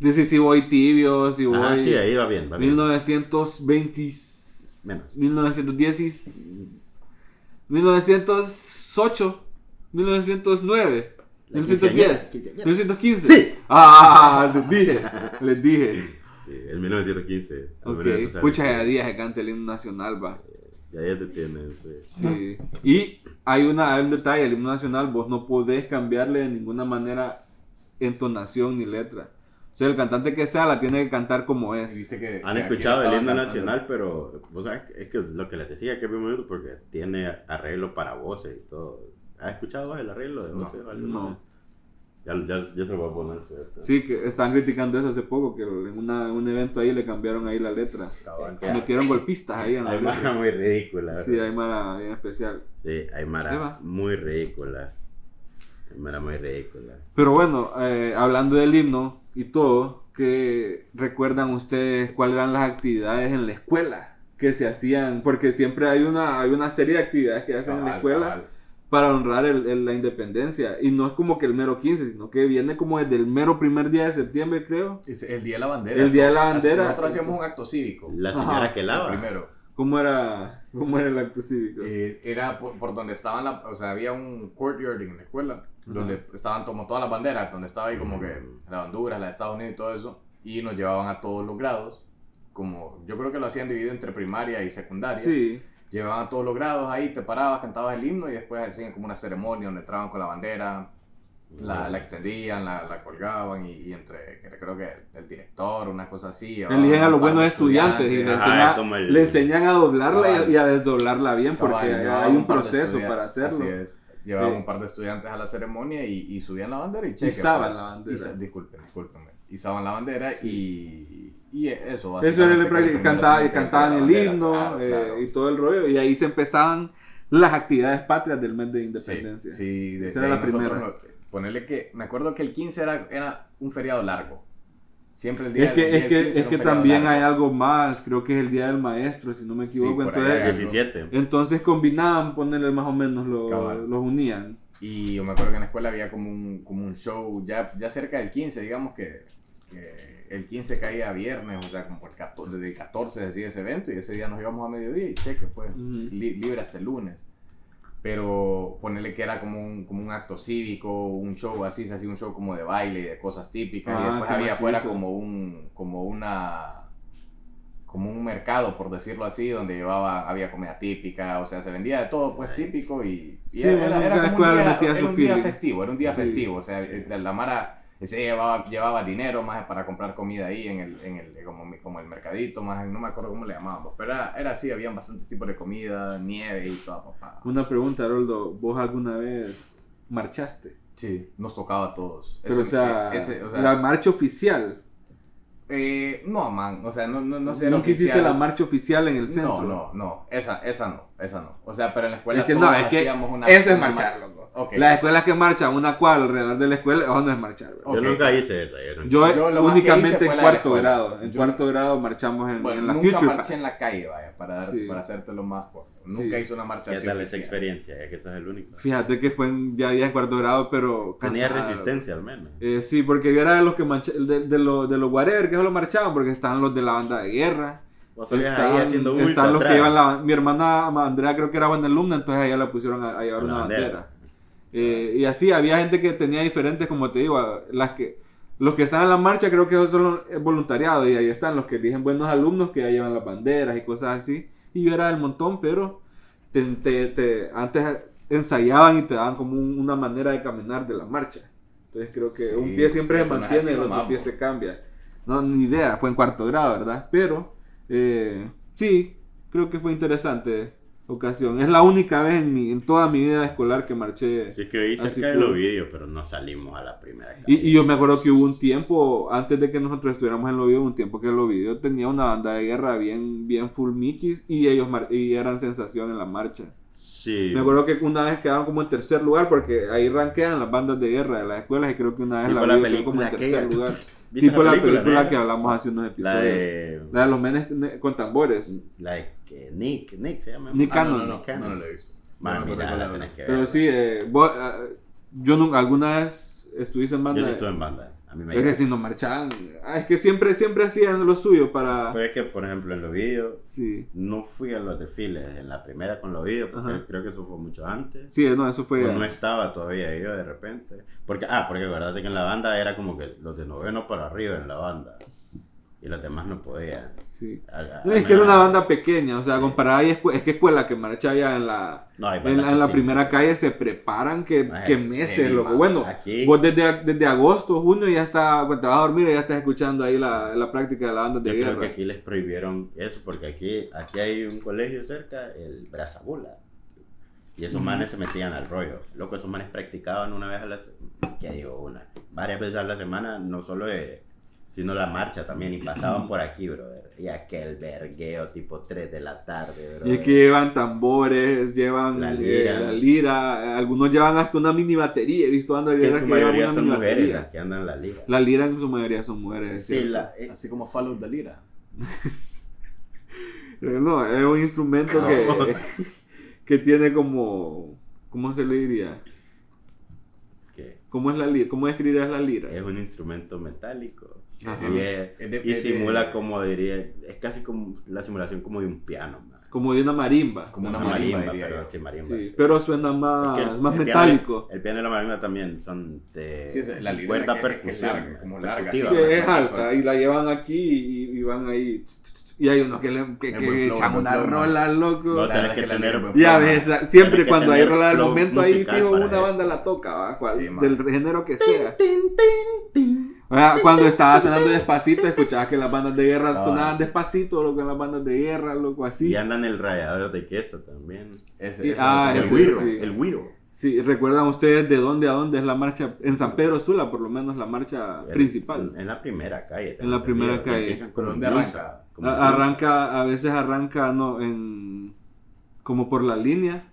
Sí, sí, sí, voy tibio, si voy. Ah, sí, ahí va bien, va bien. 1920. Menos. 1910. 1908. 1909. La 1910. quinceañera. 1915. Sí. Ah, les dije. Les dije. Sí, el 1915. al Ok. menos eso sabe. Escucha, ya día se canta el himno nacional, va. Ya ya te tienes. eh. Sí. Y hay, una, hay un detalle, el himno nacional, vos no podés cambiarle de ninguna manera entonación ni letra. O sea, el cantante que sea la tiene que cantar como Y es. Viste que, Han que aquí escuchado el estaban himno cantando. nacional, pero vos sabés, es que lo que les decía que es bien bonito porque tiene arreglo para voces y todo. ¿Has escuchado vos el arreglo de No. voces? o algo? No. Ya, ya, ya se lo voy a poner. fíjate. Sí, que estaban criticando eso hace poco, que en una- un evento ahí le cambiaron ahí la letra. Cabal. Ya. Metieron golpistas ahí en la Hay letra. mara muy ridícula. Sí, hay mara bien especial. Sí, hay ¿Qué va? mara muy ridícula. Hay mara muy ridícula. Pero bueno, eh, hablando del himno y todo, ¿qué recuerdan ustedes cuáles eran las actividades en la escuela que se hacían? Porque siempre hay una, hay una serie de actividades que hacen Ah, en la Cabal, escuela. cabal. para honrar el- el- la independencia. Y no es como que el mero 15, sino que viene como desde el mero primer día de septiembre, creo. Es El día de la bandera. El Día de la Así- Bandera. Nosotros hacíamos un acto cívico. La señora Ajá, que El lava. primero. ¿Cómo era, cómo era el acto cívico? Eh, era por, por donde estaban, la, o sea, había un courtyard en la escuela, donde estaban como todas las banderas, donde estaba ahí como que la de Honduras, la de Estados Unidos y todo eso, y nos llevaban a todos los grados, como yo creo que lo hacían dividido entre primaria y secundaria, sí, llevaban a todos los grados ahí, te parabas, cantabas el himno y después hacían como una ceremonia donde entraban con la bandera, la, la extendían, la, la colgaban y, y entre, creo que el director, una cosa así. llevaban eligen a un los par de buenos estudiantes y le Ah, Ajá, es enseñan, como el- le enseñan a doblarla y a- Cabal. y a desdoblarla bien, porque Cabal, hay- llevaban hay un par de proceso estudiantes, para hacerlo. Así es. Llevaban Sí. un par de estudiantes a la ceremonia y, y subían la bandera y cheque. Izaban la bandera. Iza- disculpen, discúlpenme. Izaban la bandera y, y eso. básicamente, Eso era el que práctico, primero cantaba- se cantaban metió el con la himno bandera, claro, eh, claro. y todo el rollo, y ahí se empezaban las actividades patrias del mes de independencia. Sí, sí desde Esa era ahí la nosotros primera. no- ponerle que. Me acuerdo que el 15 era, era un feriado largo. Siempre el día Es que, del- es el que, 15 es era un que feriado también largo. hay algo más, creo que es el Día del Maestro, si no me Sí, equivoco. por ahí Entonces, hay 17. Entonces combinaban, ponerle más o menos, lo- Cabal. los unían. Y yo me acuerdo que en la escuela había como un, como un show, ya, ya cerca del 15, digamos que, que el 15 caía viernes, o sea, como por el 14, desde el 14 se hacía ese evento y ese día nos íbamos a mediodía y cheque, pues, Ujú. li- libre hasta el lunes. Pero ponerle que era como un, como un acto cívico, un show así, se hacía un show como de baile y de cosas típicas. Ah, y después qué había afuera macizo. como un, como una, como un mercado, por decirlo así, donde llevaba, había comida típica, o sea, se vendía de todo, pues típico y, y Sí, bueno, cada escuela le metía era su un día feeling. festivo, era un día Sí. festivo, o sea, eh, la Mara ese día llevaba, llevaba dinero más para comprar comida ahí en el, en el como, mi- como el mercadito, más no me acuerdo cómo le llamábamos, pero era, era así, habían bastantes tipos de comida, nieve y toda papada. Una pregunta, Haroldo, ¿vos alguna vez marchaste? Sí, nos tocaba a todos. Pero, Ese- o, sea, ese- o sea, la marcha oficial. Eh, no, man, o sea, no, no, no sé. Nunca hiciste la marcha oficial en el centro. No, no, no, esa, esa no, esa no. O sea, pero en la escuela Es que todos no, es que hacíamos una... eso es una marchar, mar- loco. Ok. Las escuelas que marchan una cuadra alrededor de la escuela, eso no es marchar, bro. Ok. Yo nunca hice eso. Yo nunca- Yo, Yo lo más que hice únicamente fue en la de cuarto la escuela. grado. En Yo- cuarto grado marchamos en, Bueno, en la nunca Future marché en la calle, vaya, para, dar- Sí. para hacértelo más corto. Sí. Nunca hice una marcha ¿Qué así tal esa oficial. experiencia? Ya que sos el único. Fíjate que fue en, ya día en cuarto grado, pero Tenía cansado. resistencia al menos. Eh, sí, porque yo era de los que mancha- de, de, los- de los whatever que solo marchaban, porque estaban los de la banda de guerra. Vos salías Están, ahí haciendo bulto están los que atrás. llevan la. Mi hermana Andrea creo que era buena alumna, entonces a ella la pusieron a, a llevar Una una bandera. bandera. Eh, y así, había gente que tenía diferentes, como te digo, las que. Los que están en la marcha creo que eso solo es voluntariado y ahí están los que eligen buenos alumnos que ya llevan las banderas y cosas así. Y yo era del montón, pero te, te- te- antes ensayaban y te daban como un- una manera de caminar de la marcha. Entonces creo que Sí, un pie siempre sí, se eso no es mantiene, así el otro nomás, pie po. se cambia. No, ni idea, fue en cuarto grado, ¿verdad? Pero eh, sí, creo que fue interesante ocasión. Es la única vez en, mi, en toda mi vida escolar que marché. Así que hice Así cerca de fue. los vídeos, pero no salimos a la primera calle. Y, y yo me acuerdo que hubo un tiempo, antes de que nosotros estuviéramos en Lovido, un tiempo que Lovido tenía una banda de guerra bien, bien full michis y ellos mar- y eran sensación en la marcha. Sí. Me acuerdo que una vez quedaron como en tercer lugar porque ahí ranquean las bandas de guerra de las escuelas y creo que una vez Tipo la, la vi quedó como en película tercer aquella. lugar. ¿Viste Tipo la película, no? que hablamos hace unos episodios. La de... Mm, La de los menes ne- con tambores. La de que Nick, Nick se llama. Nick Ah, no, no, Canon, no, no, no lo he visto. Man, No me mira, acuerdo la cuál tenés era. que ver. Pero sí, eh, vos, eh, yo nunca, alguna vez estuviste en banda. Yo sí de- estuve en banda. A mí me es que llevó. si no marchaban. ah, Es que siempre, siempre hacían lo suyo para. Pero es que, por ejemplo, en los vídeos, Sí. no fui a los desfiles. En la primera con los vídeos, porque Ajá. creo que eso fue mucho antes. Sí, no, eso fue. O no estaba todavía yo de repente. Porque, ah, porque acuérdate que en la banda era como que los de noveno para arriba en la banda. Y los demás no podían. sí. A- a- No, al es que era menos- una banda pequeña, o sea, comparada ahí, es que escuela que marcha ya en la, No, hay en bandas la, que en la sí. primera calle se preparan que, Maje, que heavy, meses, loco. man. Bueno, Aquí. vos desde, desde agosto, junio ya está, cuando te vas a dormir ya estás escuchando ahí la, la práctica de la banda de Yo creo guerra. que aquí les prohibieron eso, porque aquí, aquí hay un colegio cerca, el Brazabula. Y esos manes se metían al rollo. Loco, esos manes practicaban una vez a la semana, que digo una, varias veces a la semana, no solo de- sino la marcha también, y pasaban por aquí, brother. Y aquel vergueo tipo 3 de la tarde, brother. Y es que llevan tambores, llevan La eh, lira. la lira, eh, algunos llevan hasta una mini batería, he visto bandas de Que en guerra su que llevan mayoría una son mini mujeres las batería. que andan en la liga. La lira en su mayoría son mujeres. Sí, ¿cierto? la- eh, Así como Follow the Lira. Eh, No, es un instrumento que, que tiene como... ¿Cómo se le diría? que ¿Cómo es la lira? ¿Cómo describirías la lira? es un instrumento metálico. Ajá. Y, es- Es de- Eh, y es de- simula como diría, es casi como la simulación como de un piano, man. Como de una marimba. Como una Una marimba, marimba, diría perdón, yo. sí, marimba. Sí, sí. pero suena Es más, que el- más el piano- metálico. el piano y la marimba también son de Sí, es- la lira cuerda es que- es que es percusión. larga, como larga, percutiva. Sí, sí, es más alta alta. y la llevan aquí y, y van ahí. Y hay uno que le que, Es que buen flow, echan es buen una flow, man. rola, loco. No, La tenés verdad que es que la tener... lira es Ya flow, ves, man. a- siempre Tiene que cuando hay tener rola del flow momento ahí, musical fijo, para una eso. banda la toca, ¿va? Cual- Sí, man. del género que sea. O sea, cuando estaba sonando despacito, escuchabas que las bandas de guerra Ah, sonaban despacito, loco, las bandas de guerra, loco, así. Y andan el rallador de queso también. Ese, Y- ese ah, otro el ese, güiro. güiro, sí. el güiro. Sí, ¿recuerdan ustedes de dónde a dónde es la marcha? En San Pedro Sula, por lo menos, la marcha El- Ah, principal. En la primera calle. En la primera calle. ¿Dónde arranca? A- arranca, a veces arranca, no, en... Como por la línea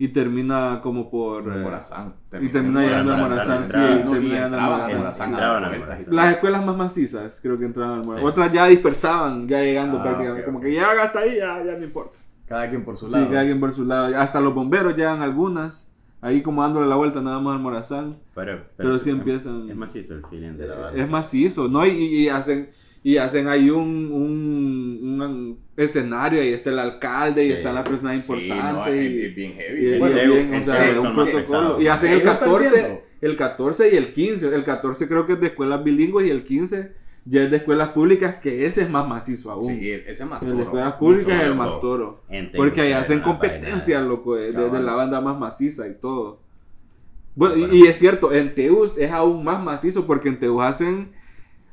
y termina como por... eh, Morazán. y termina llegando a Morazán, sí, entraba, termina y llegando a entraban a Morazán, Morazán, sí. a Entraban a vueltas y Morazán. todo. Las escuelas más macizas creo que entraban al Morán. Sí. Otras ya dispersaban, ya llegando Ah, prácticamente. ok, como ok. que llegan hasta ahí, ya, ya no importa. Cada quien por su Sí, lado. que alguien por su lado. Hasta los bomberos llegan algunas. Ahí como dándole la vuelta nada más al Morazán. Pero, Pero sí es- empiezan- Es macizo el feeling de la banda. Es macizo, ¿no? Y, y- y hacen y hacen ahí un, un, un escenario. Ahí está el alcalde y Sí. están las personas Sí, no, eh, importantes. es- y- es bien y- heavy. y- Bueno, y- digo, bien, o en sea, serio, un son más protocolo. pesados. Y hacen el Se iba 14, perdiendo. el 14 y el 15. El 14 creo que es de escuelas bilingües y el 15 ya es de escuelas públicas, que ese es más macizo aún. Sí, ese más el de uh, escuelas toro. mucho públicas es el más más toro. En Porque ahí Tegucigalpa, hacen la competencia, vaina. loco, de, de- de la Cabal. banda más maciza y todo. Bueno, y- Bueno. y, es cierto, en Teus es aún más macizo porque en Teus hacen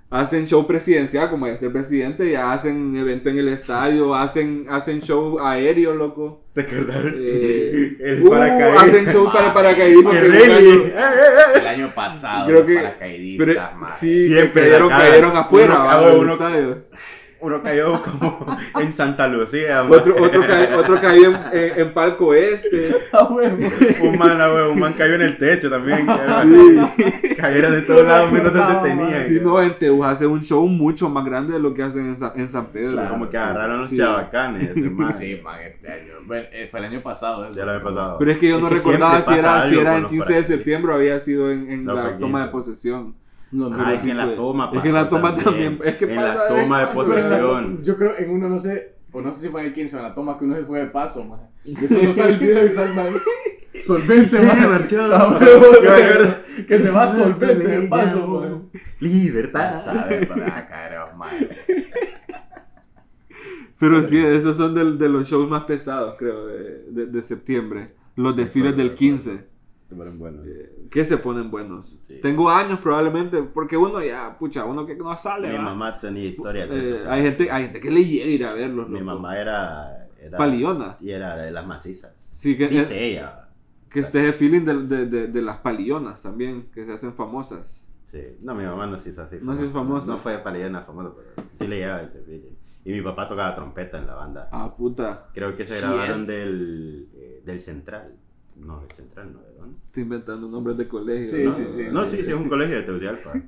hacen show presidencial, como ya está el presidente, ya hacen evento en el estadio, hacen, hacen show aéreo, loco. ¿Te acordás? Eh, el uh, paracaídas. hacen show para paracaidismo. El Eh, que un rally. año- El año pasado, Creo Creo que- paracaidista, pero- madre. sí, que Siempre cayeron, la cagan. cayeron afuera, Uno- va, ah, del uno- estadio. Uno cayó como en Santa Lucía. ma. Otro, otro, ca- otro cayó en, en- en palco este. Un man, ah, güey, un man cayó en el techo también. Sí. Cayeron de todos lados menos No, donde tenían. Sí, no, en Teuja hacen un show mucho más grande de lo que hacen en, Sa- en San Pedro. Sí, como que sí, agarraron los sí. chabacanes. ese man. Sí, man, este año. Bueno, eh, fue el año pasado. eso. Ya lo había pasado. Pero es que yo Es no que recordaba si siempre pasa era, si algo era con el los 15 de paracaidistas. septiembre o había sido en, en No, fue la el toma de 15. posesión. No, no, Ah, Pero es sí que en la fue. toma. Es que en la pasó toma también. Es que en pasa la de toma de cuando, Pero en la posesión. to- yo creo en uno, no sé, o no sé si fue en el 15 o en la toma que uno se fue de paso, man. Y eso no sale el video y sale, man. Solvente, Sí, man. marchado. Sabe, Yo man, me acuerdo. Que se va Es una solvente de pelea, paso, amor. man. Ya Libertad. sabes, para caer, man. Pero sí, esos son del- de los shows más pesados, creo, de, de- de septiembre. Los desfiles del 15, Fueron buenos. que se ponen buenos. Sí. Tengo años probablemente, porque uno ya, pucha, uno que no sale. Mi ¿va? mamá tenía historia con Eh, eso. pues. hay, gente, hay gente que le llega ir a verlos. Mi loco. mamá era. era Paliona. Y era de las macizas. Sí, que, eh, Dice ella. que este es el feeling del- de, de- de las palillonas también, que se hacen famosas. Sí. No, mi mamá no se hizo así. pues, No se hizo famosa. No fue paliona famosa, pero sí le llegaba ese feeling. Y mi papá tocaba trompeta en la banda. Ah, puta, Creo que se Shit. grabaron del, eh, del Central. No, del Central, no, ¿de dónde? estoy inventando nombres de colegio. Sí, ¿no? sí, sí. No, sí, sí, es un colegio de Tegucigalpa. Sí,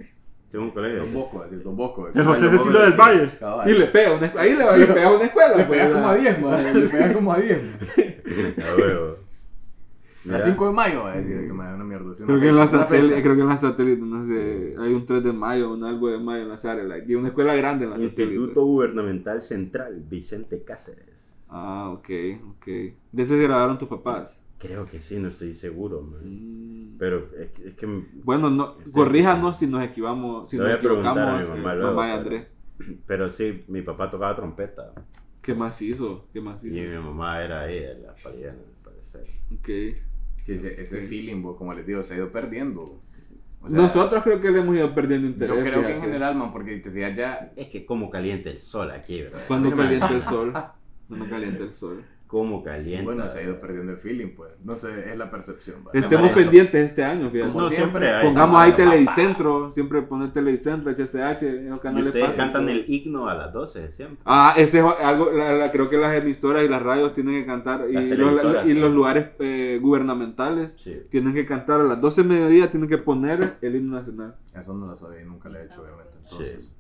es un colegio. Don Bosco, decir, Don Bosco. El decir. José Cecilio del Valle. Cabal. Y le pega una, ahí le, le pega una escuela. Le pues, pegas como a ¿verdad? 10, man. Le pegas como a 10. man. A huevo. A Mira, 5 de mayo, va a decir, esto, man, una mierda. así, una Creo que, en fecha, la una satélite, fecha. creo que en la satélite, no sé, hay un 3 de mayo, un algo de mayo en la satélite. Y una escuela grande en la Instituto satélite. Gubernamental Central, Vicente Cáceres. Ah, ok, ok. De ese se grabaron tus papás. Creo que sí, no estoy seguro, man. Mm. Pero es que, es que m- Bueno, no, Este- corríjanos si nos equivamos, si Le nos voy a preguntar equivocamos, a mi eh, mamá luego, y pero- Andrés. pero sí, mi papá tocaba trompeta ¿Qué más hizo? ¿Qué más y mi hizo? mamá era ella, la pariana, al parecer. Ok. Sí, ese, ese feeling, vos, como les digo, se ha ido perdiendo. O sea, Nosotros creo que le hemos ido perdiendo Yo interés. creo que en fíjate. general, man, porque te fijas ya. Es que como calienta el sol aquí, ¿verdad? Cuando calienta el sol. Cuando calienta el sol. Como calienta. Bueno, se ha ido perdiendo el feeling, pues. No sé, es la percepción. va. Estemos Como- pendientes este año, fíjate. No, siempre hay. Pongamos ahí Papá. Televicentro. Siempre poner Televicentro, HCH, en los Y canales ustedes pasan cantan todo. el himno a las 12 siempre. Ah, ese es algo, la- la- creo que las emisoras y las radios tienen que cantar y, Las los, televisoras, y los sí. lugares eh, gubernamentales Sí. tienen que cantar a las 12 de mediodía, tienen que poner el himno nacional. Eso no lo sabía y nunca lo he hecho, obviamente. Entonces, Sí.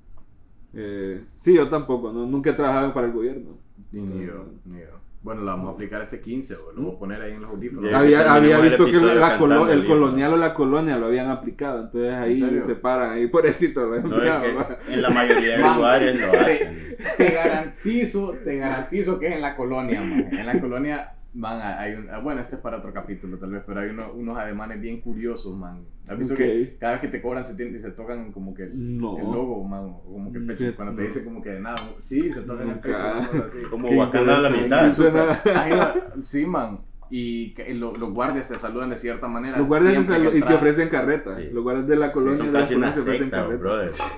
Eh, sí, yo tampoco, ¿no? nunca he trabajado para el gobierno. ni- ni yo, ni yo. Bueno, lo vamos a aplicar este 15, bro. lo voy a poner ahí en los audífonos. Ya, había terminamos había el visto que episodio la colo- cantando el el himno. colonial o la colonia lo habían aplicado, entonces ahí serio? se paran, ahí pobrecito lo habían No, es aplicado, va. que en la mayoría de Man, lugares lo hacen. te, te garantizo, te garantizo que es en la colonia, man. En la colonia, man, hay un... ah, Bueno, este es para otro capítulo tal vez, pero hay uno- unos ademanes bien curiosos, man. ¿Has visto Ok. que cada vez que te cobran se, tienen- se tocan como que el, No. el logo, man? o Como que el pecho. Yo- Cuando te no. dice como que de nada, sí, se tocan el Nunca. pecho. una cosa así. Como Qué Wakanda a la interesante. mitad. Sí, suena- Ay, no, sí, man. Y que lo- los guardias te saludan de cierta manera. los guardias se siempre que salu- y te entras. ofrecen carreta, Sí. los guardias de la colonia y Son de la casi una colonia te ofrecen secta, carreta.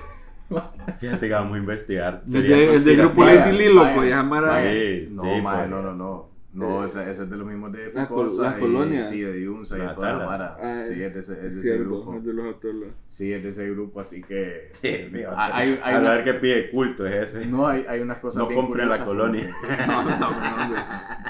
brother. Fíjate que vamos a investigar. El de- el de Teoría Grupo conspirativa. Leti Lilo, loco, ya, Mara. Sí, no, sí, mae, pues. no, no, no. No, ese, ese es de los mismos de Las Ficosa col- las y- colonias. Sí, de Diunza y La toda la tala. vara. Ah, sí, es de ese, es de Es ese cierto, grupo. es de los atolas. Sí, es de ese grupo, así que. Sí, fíjate. Ah, hay- hay a una- ver qué pide culto es ese. No, hay, hay unas cosas. No bien compre la curiosas, como colonia. que- No, no, no, hombre.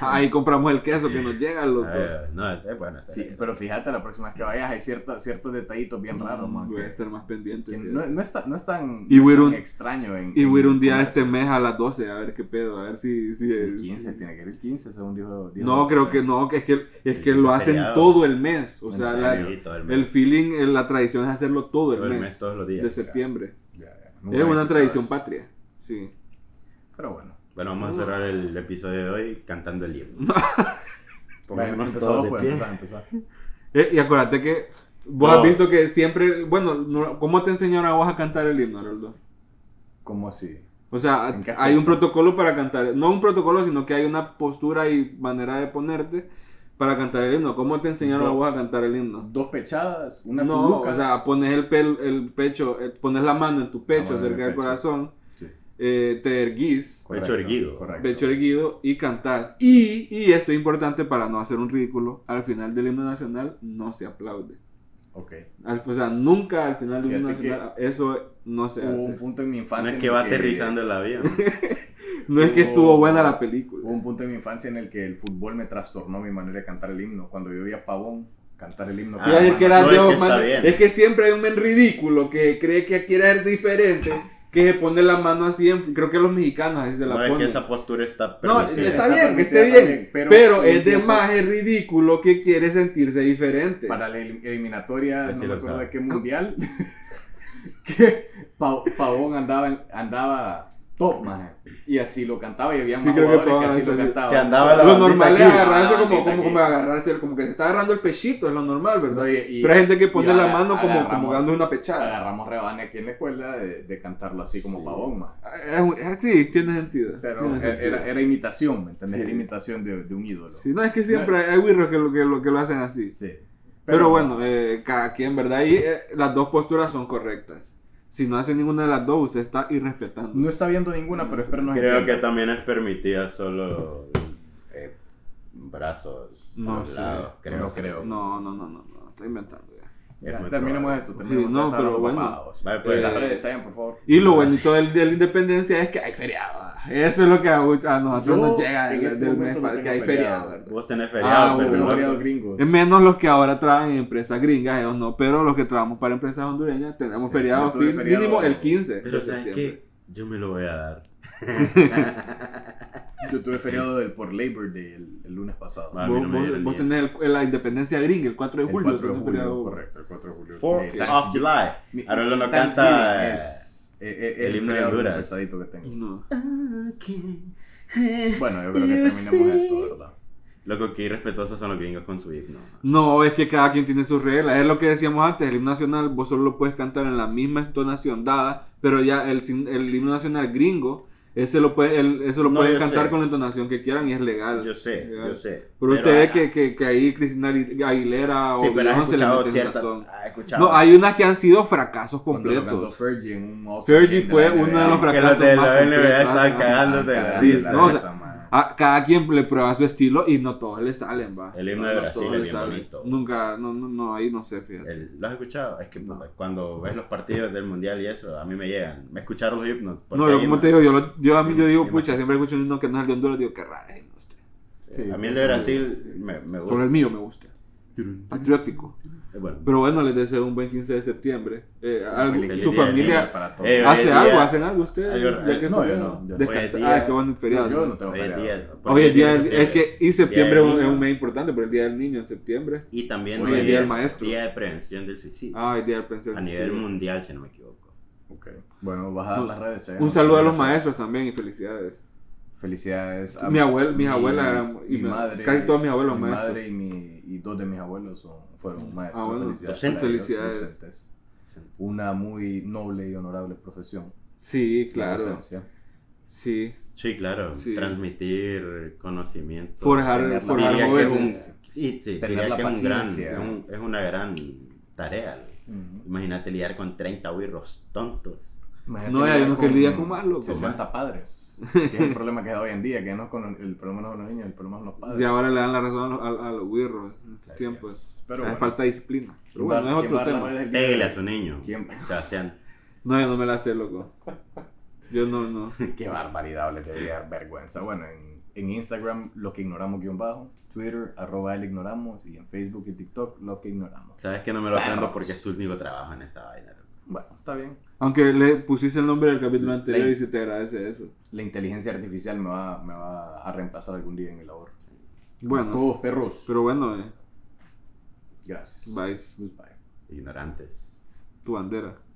Ahí compramos el queso que nos llega, loco. A ver, no, es bueno. está Fi- bien. Pero fíjate, la próxima vez que vayas, hay ciertos ciertos detallitos bien raros, man. Voy a que- estar más pendiente. que fíjate. no, no, es tan- no es tan, Y no es huir tan un- extraño. En, Y en- voy a ir un día a en- este mes a las 12 a ver qué pedo, a ver si... si es- El 15, tiene que ir el 15, según dijo. dijo- No, creo que no, que es que, es que lo hacen Feriado. todo el mes. O sea, ¿En la- Sí, todo el mes. el feeling, eh, la tradición es hacerlo todo el, Todo el mes, mes, todos los días. de septiembre. Ya, ya, nunca Es había una escuchado tradición eso. patria. Sí. Pero bueno. Bueno, vamos a cerrar el episodio de hoy cantando el libro. Bueno, Pongámonos empezamos, todos pues, de pie. empezamos, empezamos. Eh, y acuérdate que vos No. has visto que siempre... Bueno, no- ¿cómo te enseñaron a vos a cantar el himno, Aroldo? ¿Cómo así? O sea, ¿En qué hay aspecto? un protocolo para cantar. No un protocolo, sino que hay una postura y manera de ponerte para cantar el himno. ¿Cómo te enseñaron a No. vos a cantar el himno? Dos pechadas, una no, peluca. o sea, pones el, pel- el pecho, eh, pones la mano en tu pecho mano en el cerca del pecho. corazón, Sí, eh, te erguís, Pecho erguido. correcto. pecho erguido y cantás. Y, y esto es importante para no hacer un ridículo, al final del himno nacional no se aplaude. Ok. Al- o sea, nunca al final del himno Fíjate que nacional eso no se Hubo un hace. punto en mi No infancia. es en que el va aterrizando el avión. No es que hubo- estuvo buena la Hubo película. un punto en mi infancia en el que el fútbol me trastornó mi manera de cantar el himno. Cuando yo vi a Pavón cantar el himno. Ah, Ya es que era no, es yo, que está man, bien. es que siempre hay un men ridículo que cree que quiere ser diferente, que se pone la mano así, en- creo que los mexicanos así se la No es que ponen. esa postura está No, permitida. está, está bien, que esté permitida bien, también, pero, pero es un de tiempo- más es ridículo que quiere sentirse diferente. para la elim- eliminatoria, Pues sí no me lo acuerdo usaba. de qué mundial, que Pa- Pavón andaba, en- andaba top, maje. Y así lo cantaba y había Sí, más creo que jugadores que, Pavón así lo salió. cantaban. Que andaba la lo bandita normal es aquí. agarrarse Ah, la como, bandita como, aquí. como agarrarse, como que se está agarrando el pechito, es lo normal, ¿verdad? No, y- y- pero hay gente que pone y la aga- mano como, como agarramos- dando una pechada. Agarramos rebane aquí en la escuela de, de cantarlo así como Pavón, maje. Ah, Es un- es- sí, tiene sentido. Pero tiene era, sentido. era- era imitación, ¿me entendés? Sí. Era imitación de, de un ídolo. Sí, no, es que siempre hay- hay wirros que lo, que, lo, que lo hacen así. Sí. Pero, bueno, eh, cada quien, ¿verdad? Y eh, las dos posturas son correctas. Si no hace ninguna de las dos, usted está irrespetando. No está viendo ninguna, pero espero no Creo que también es permitida solo eh, brazos No a los sé. lados, creo. No que creo. sí. no, no, no, no, no, estoy inventando ya. Es muy terminemos probable. esto, terminemos Sí, esto, no, está pero hablando bueno. papados. Vale, pues, Eh, Las redes, Chayan, por favor. Y lo bonito del Día de la Independencia es que hay feriado. Eso es lo que a, much- a nosotros Yo, nos llega en del, este del mes, momento no pa- que tengo hay feriado. feriado. ¿verdad? Vos tenés feriado, Ah, pero bueno. no- Tengo Eh, feriado gringo. Es menos los que ahora traen empresas gringas, ellos no, pero los que trabajamos para empresas hondureñas tenemos Sí, feriado, yo tuve fin- feriado- mínimo el 15. Pero de ¿sabes septiembre. qué? Yo me lo voy a dar. Yo tuve feriado del, por Labor Day el, el lunes pasado. Ah, a mí Vos, no me vos- dieron vos 10. tenés el- la independencia gringa el 4 de el julio. 4 de tenés julio, feriado. correcto, el 4 de julio. 4th Eh, of Thanksgiving. July. Mi- Arolo no Thanksgiving canta. Es, eh, eh, el el, himno de feriado Honduras. pesadito que tengo. No. Bueno, yo creo que terminemos esto, ¿verdad? Loco, que irrespetuosos son los gringos con su himno. No, es que cada quien tiene sus reglas. Es lo que decíamos antes, el himno nacional vos solo lo puedes cantar en la misma entonación dada, pero ya el, sin- el himno nacional gringo, ese lo puede, el- eso lo No, pueden yo cantar sé. con la entonación que quieran y es legal. Yo sé, Legal. yo sé. Pero, usted ve ah, que, que, que ahí Cristina Agu- Aguilera o Sí, pero has Beyoncé le escuchado meten cierta. sazón. has escuchado. No, hay unas que han sido fracasos Cuando lo cantó completos. Fergie en un All-Star Fergie Game fue la NBA. uno de los que fracasos los de más la NBA completos. estaban Ah, cagando de Ah, la sí, risa. no, o sea, esa, man. A- Ah, cada quien le prueba su estilo y no todos le salen, va. El himno de No, no Brasil todos es le bien salen. bonito. Nunca, no, no, no, ahí no sé, fíjate. El- ¿Lo has escuchado? Es que puta, cuando ves los partidos del mundial y eso, a mí me llegan. Me escucharon los himnos. porque No, yo hay como himnos. te digo, yo, lo- yo a mí yo digo, Sí, pucha, siempre escucho un himno que no es el de Honduras, digo, qué raro. es, no sé. Sí, eh, a mí el de Brasil me, me gusta. Solo el mío me gusta. Patriótico. Eh, Bueno, Pero bueno, les deseo un buen 15 de septiembre. Eh, algo- feliz su día, familia para todos. Eh, hace hoy es algo, día- hacen algo ustedes. Ay, yo- ya que eh, no, fue- yo no, yo no. descansan. Hoy es día- Ah, qué bonito feriado. yo no tengo hoy es feriado. día. Hoy el día, del- del- es que, y septiembre Día del es un- es niño. un mes importante, pero el día del niño en septiembre. Y también Hoy el es día del maestro. Día de prevención del suicidio. Ah, el día del pensamiento. a nivel mundial, si no me equivoco. Ok. Bueno, vas a dar Un- las redes, Chayanne. Un saludo a los maestros también y felicidades. Felicidades a Mi abuel- mis mi- abuelas eran- y mi mi- madre. casi todos mis abuelos Mi maestros. madre y, mi, y dos de mis abuelos son, fueron maestros. Ah, bueno. Felicidades. Docentes. para ellos, Felicidades. docentes. Una muy noble y honorable profesión. Sí, la claro. docencia. Sí. Sí, claro. Sí. Transmitir conocimiento. Forjar, Tener la forjar Diría que es un- jóvenes. paciencia. sí, sí, Tener diría la que es, un gran- paciencia. es un- es una gran tarea. Ujú. Imagínate lidiar con 30 birros tontos. Imagínate No, hay lidiar unos que con lidian con más, loco. 60 padres. Que es el problema que da hoy en día, que no es con el, el problema no es con los niños, el problema son los padres. Y ahora le dan la razón a los, a, a los güirros en estos Así tiempos. es. Pero Hace bueno, Ah, falta disciplina. Pero ¿quién bueno, va- es quién otro va a dar tema. las redes del día? Pégale a su niño. ¿Quién? Sebastián. No, yo no me la sé, loco. Yo no, no. Qué barbaridad, les debería dar vergüenza. Bueno, en, en Instagram, lo que ignoramos guión bajo, Twitter, arroba el ignoramos, y en Facebook y TikTok, lo que ignoramos. Sabes que no me lo Perros. aprendo porque es tu único trabajo en esta vaina. loco. Bueno, está bien. Aunque le pusiste el nombre del capítulo anterior Le- y se te agradece eso. La inteligencia artificial me va, me va a reemplazar algún día en mi labor. Bueno, Todos perros. pero bueno, eh, Gracias. bye. Bye. Ignorantes. Tu bandera.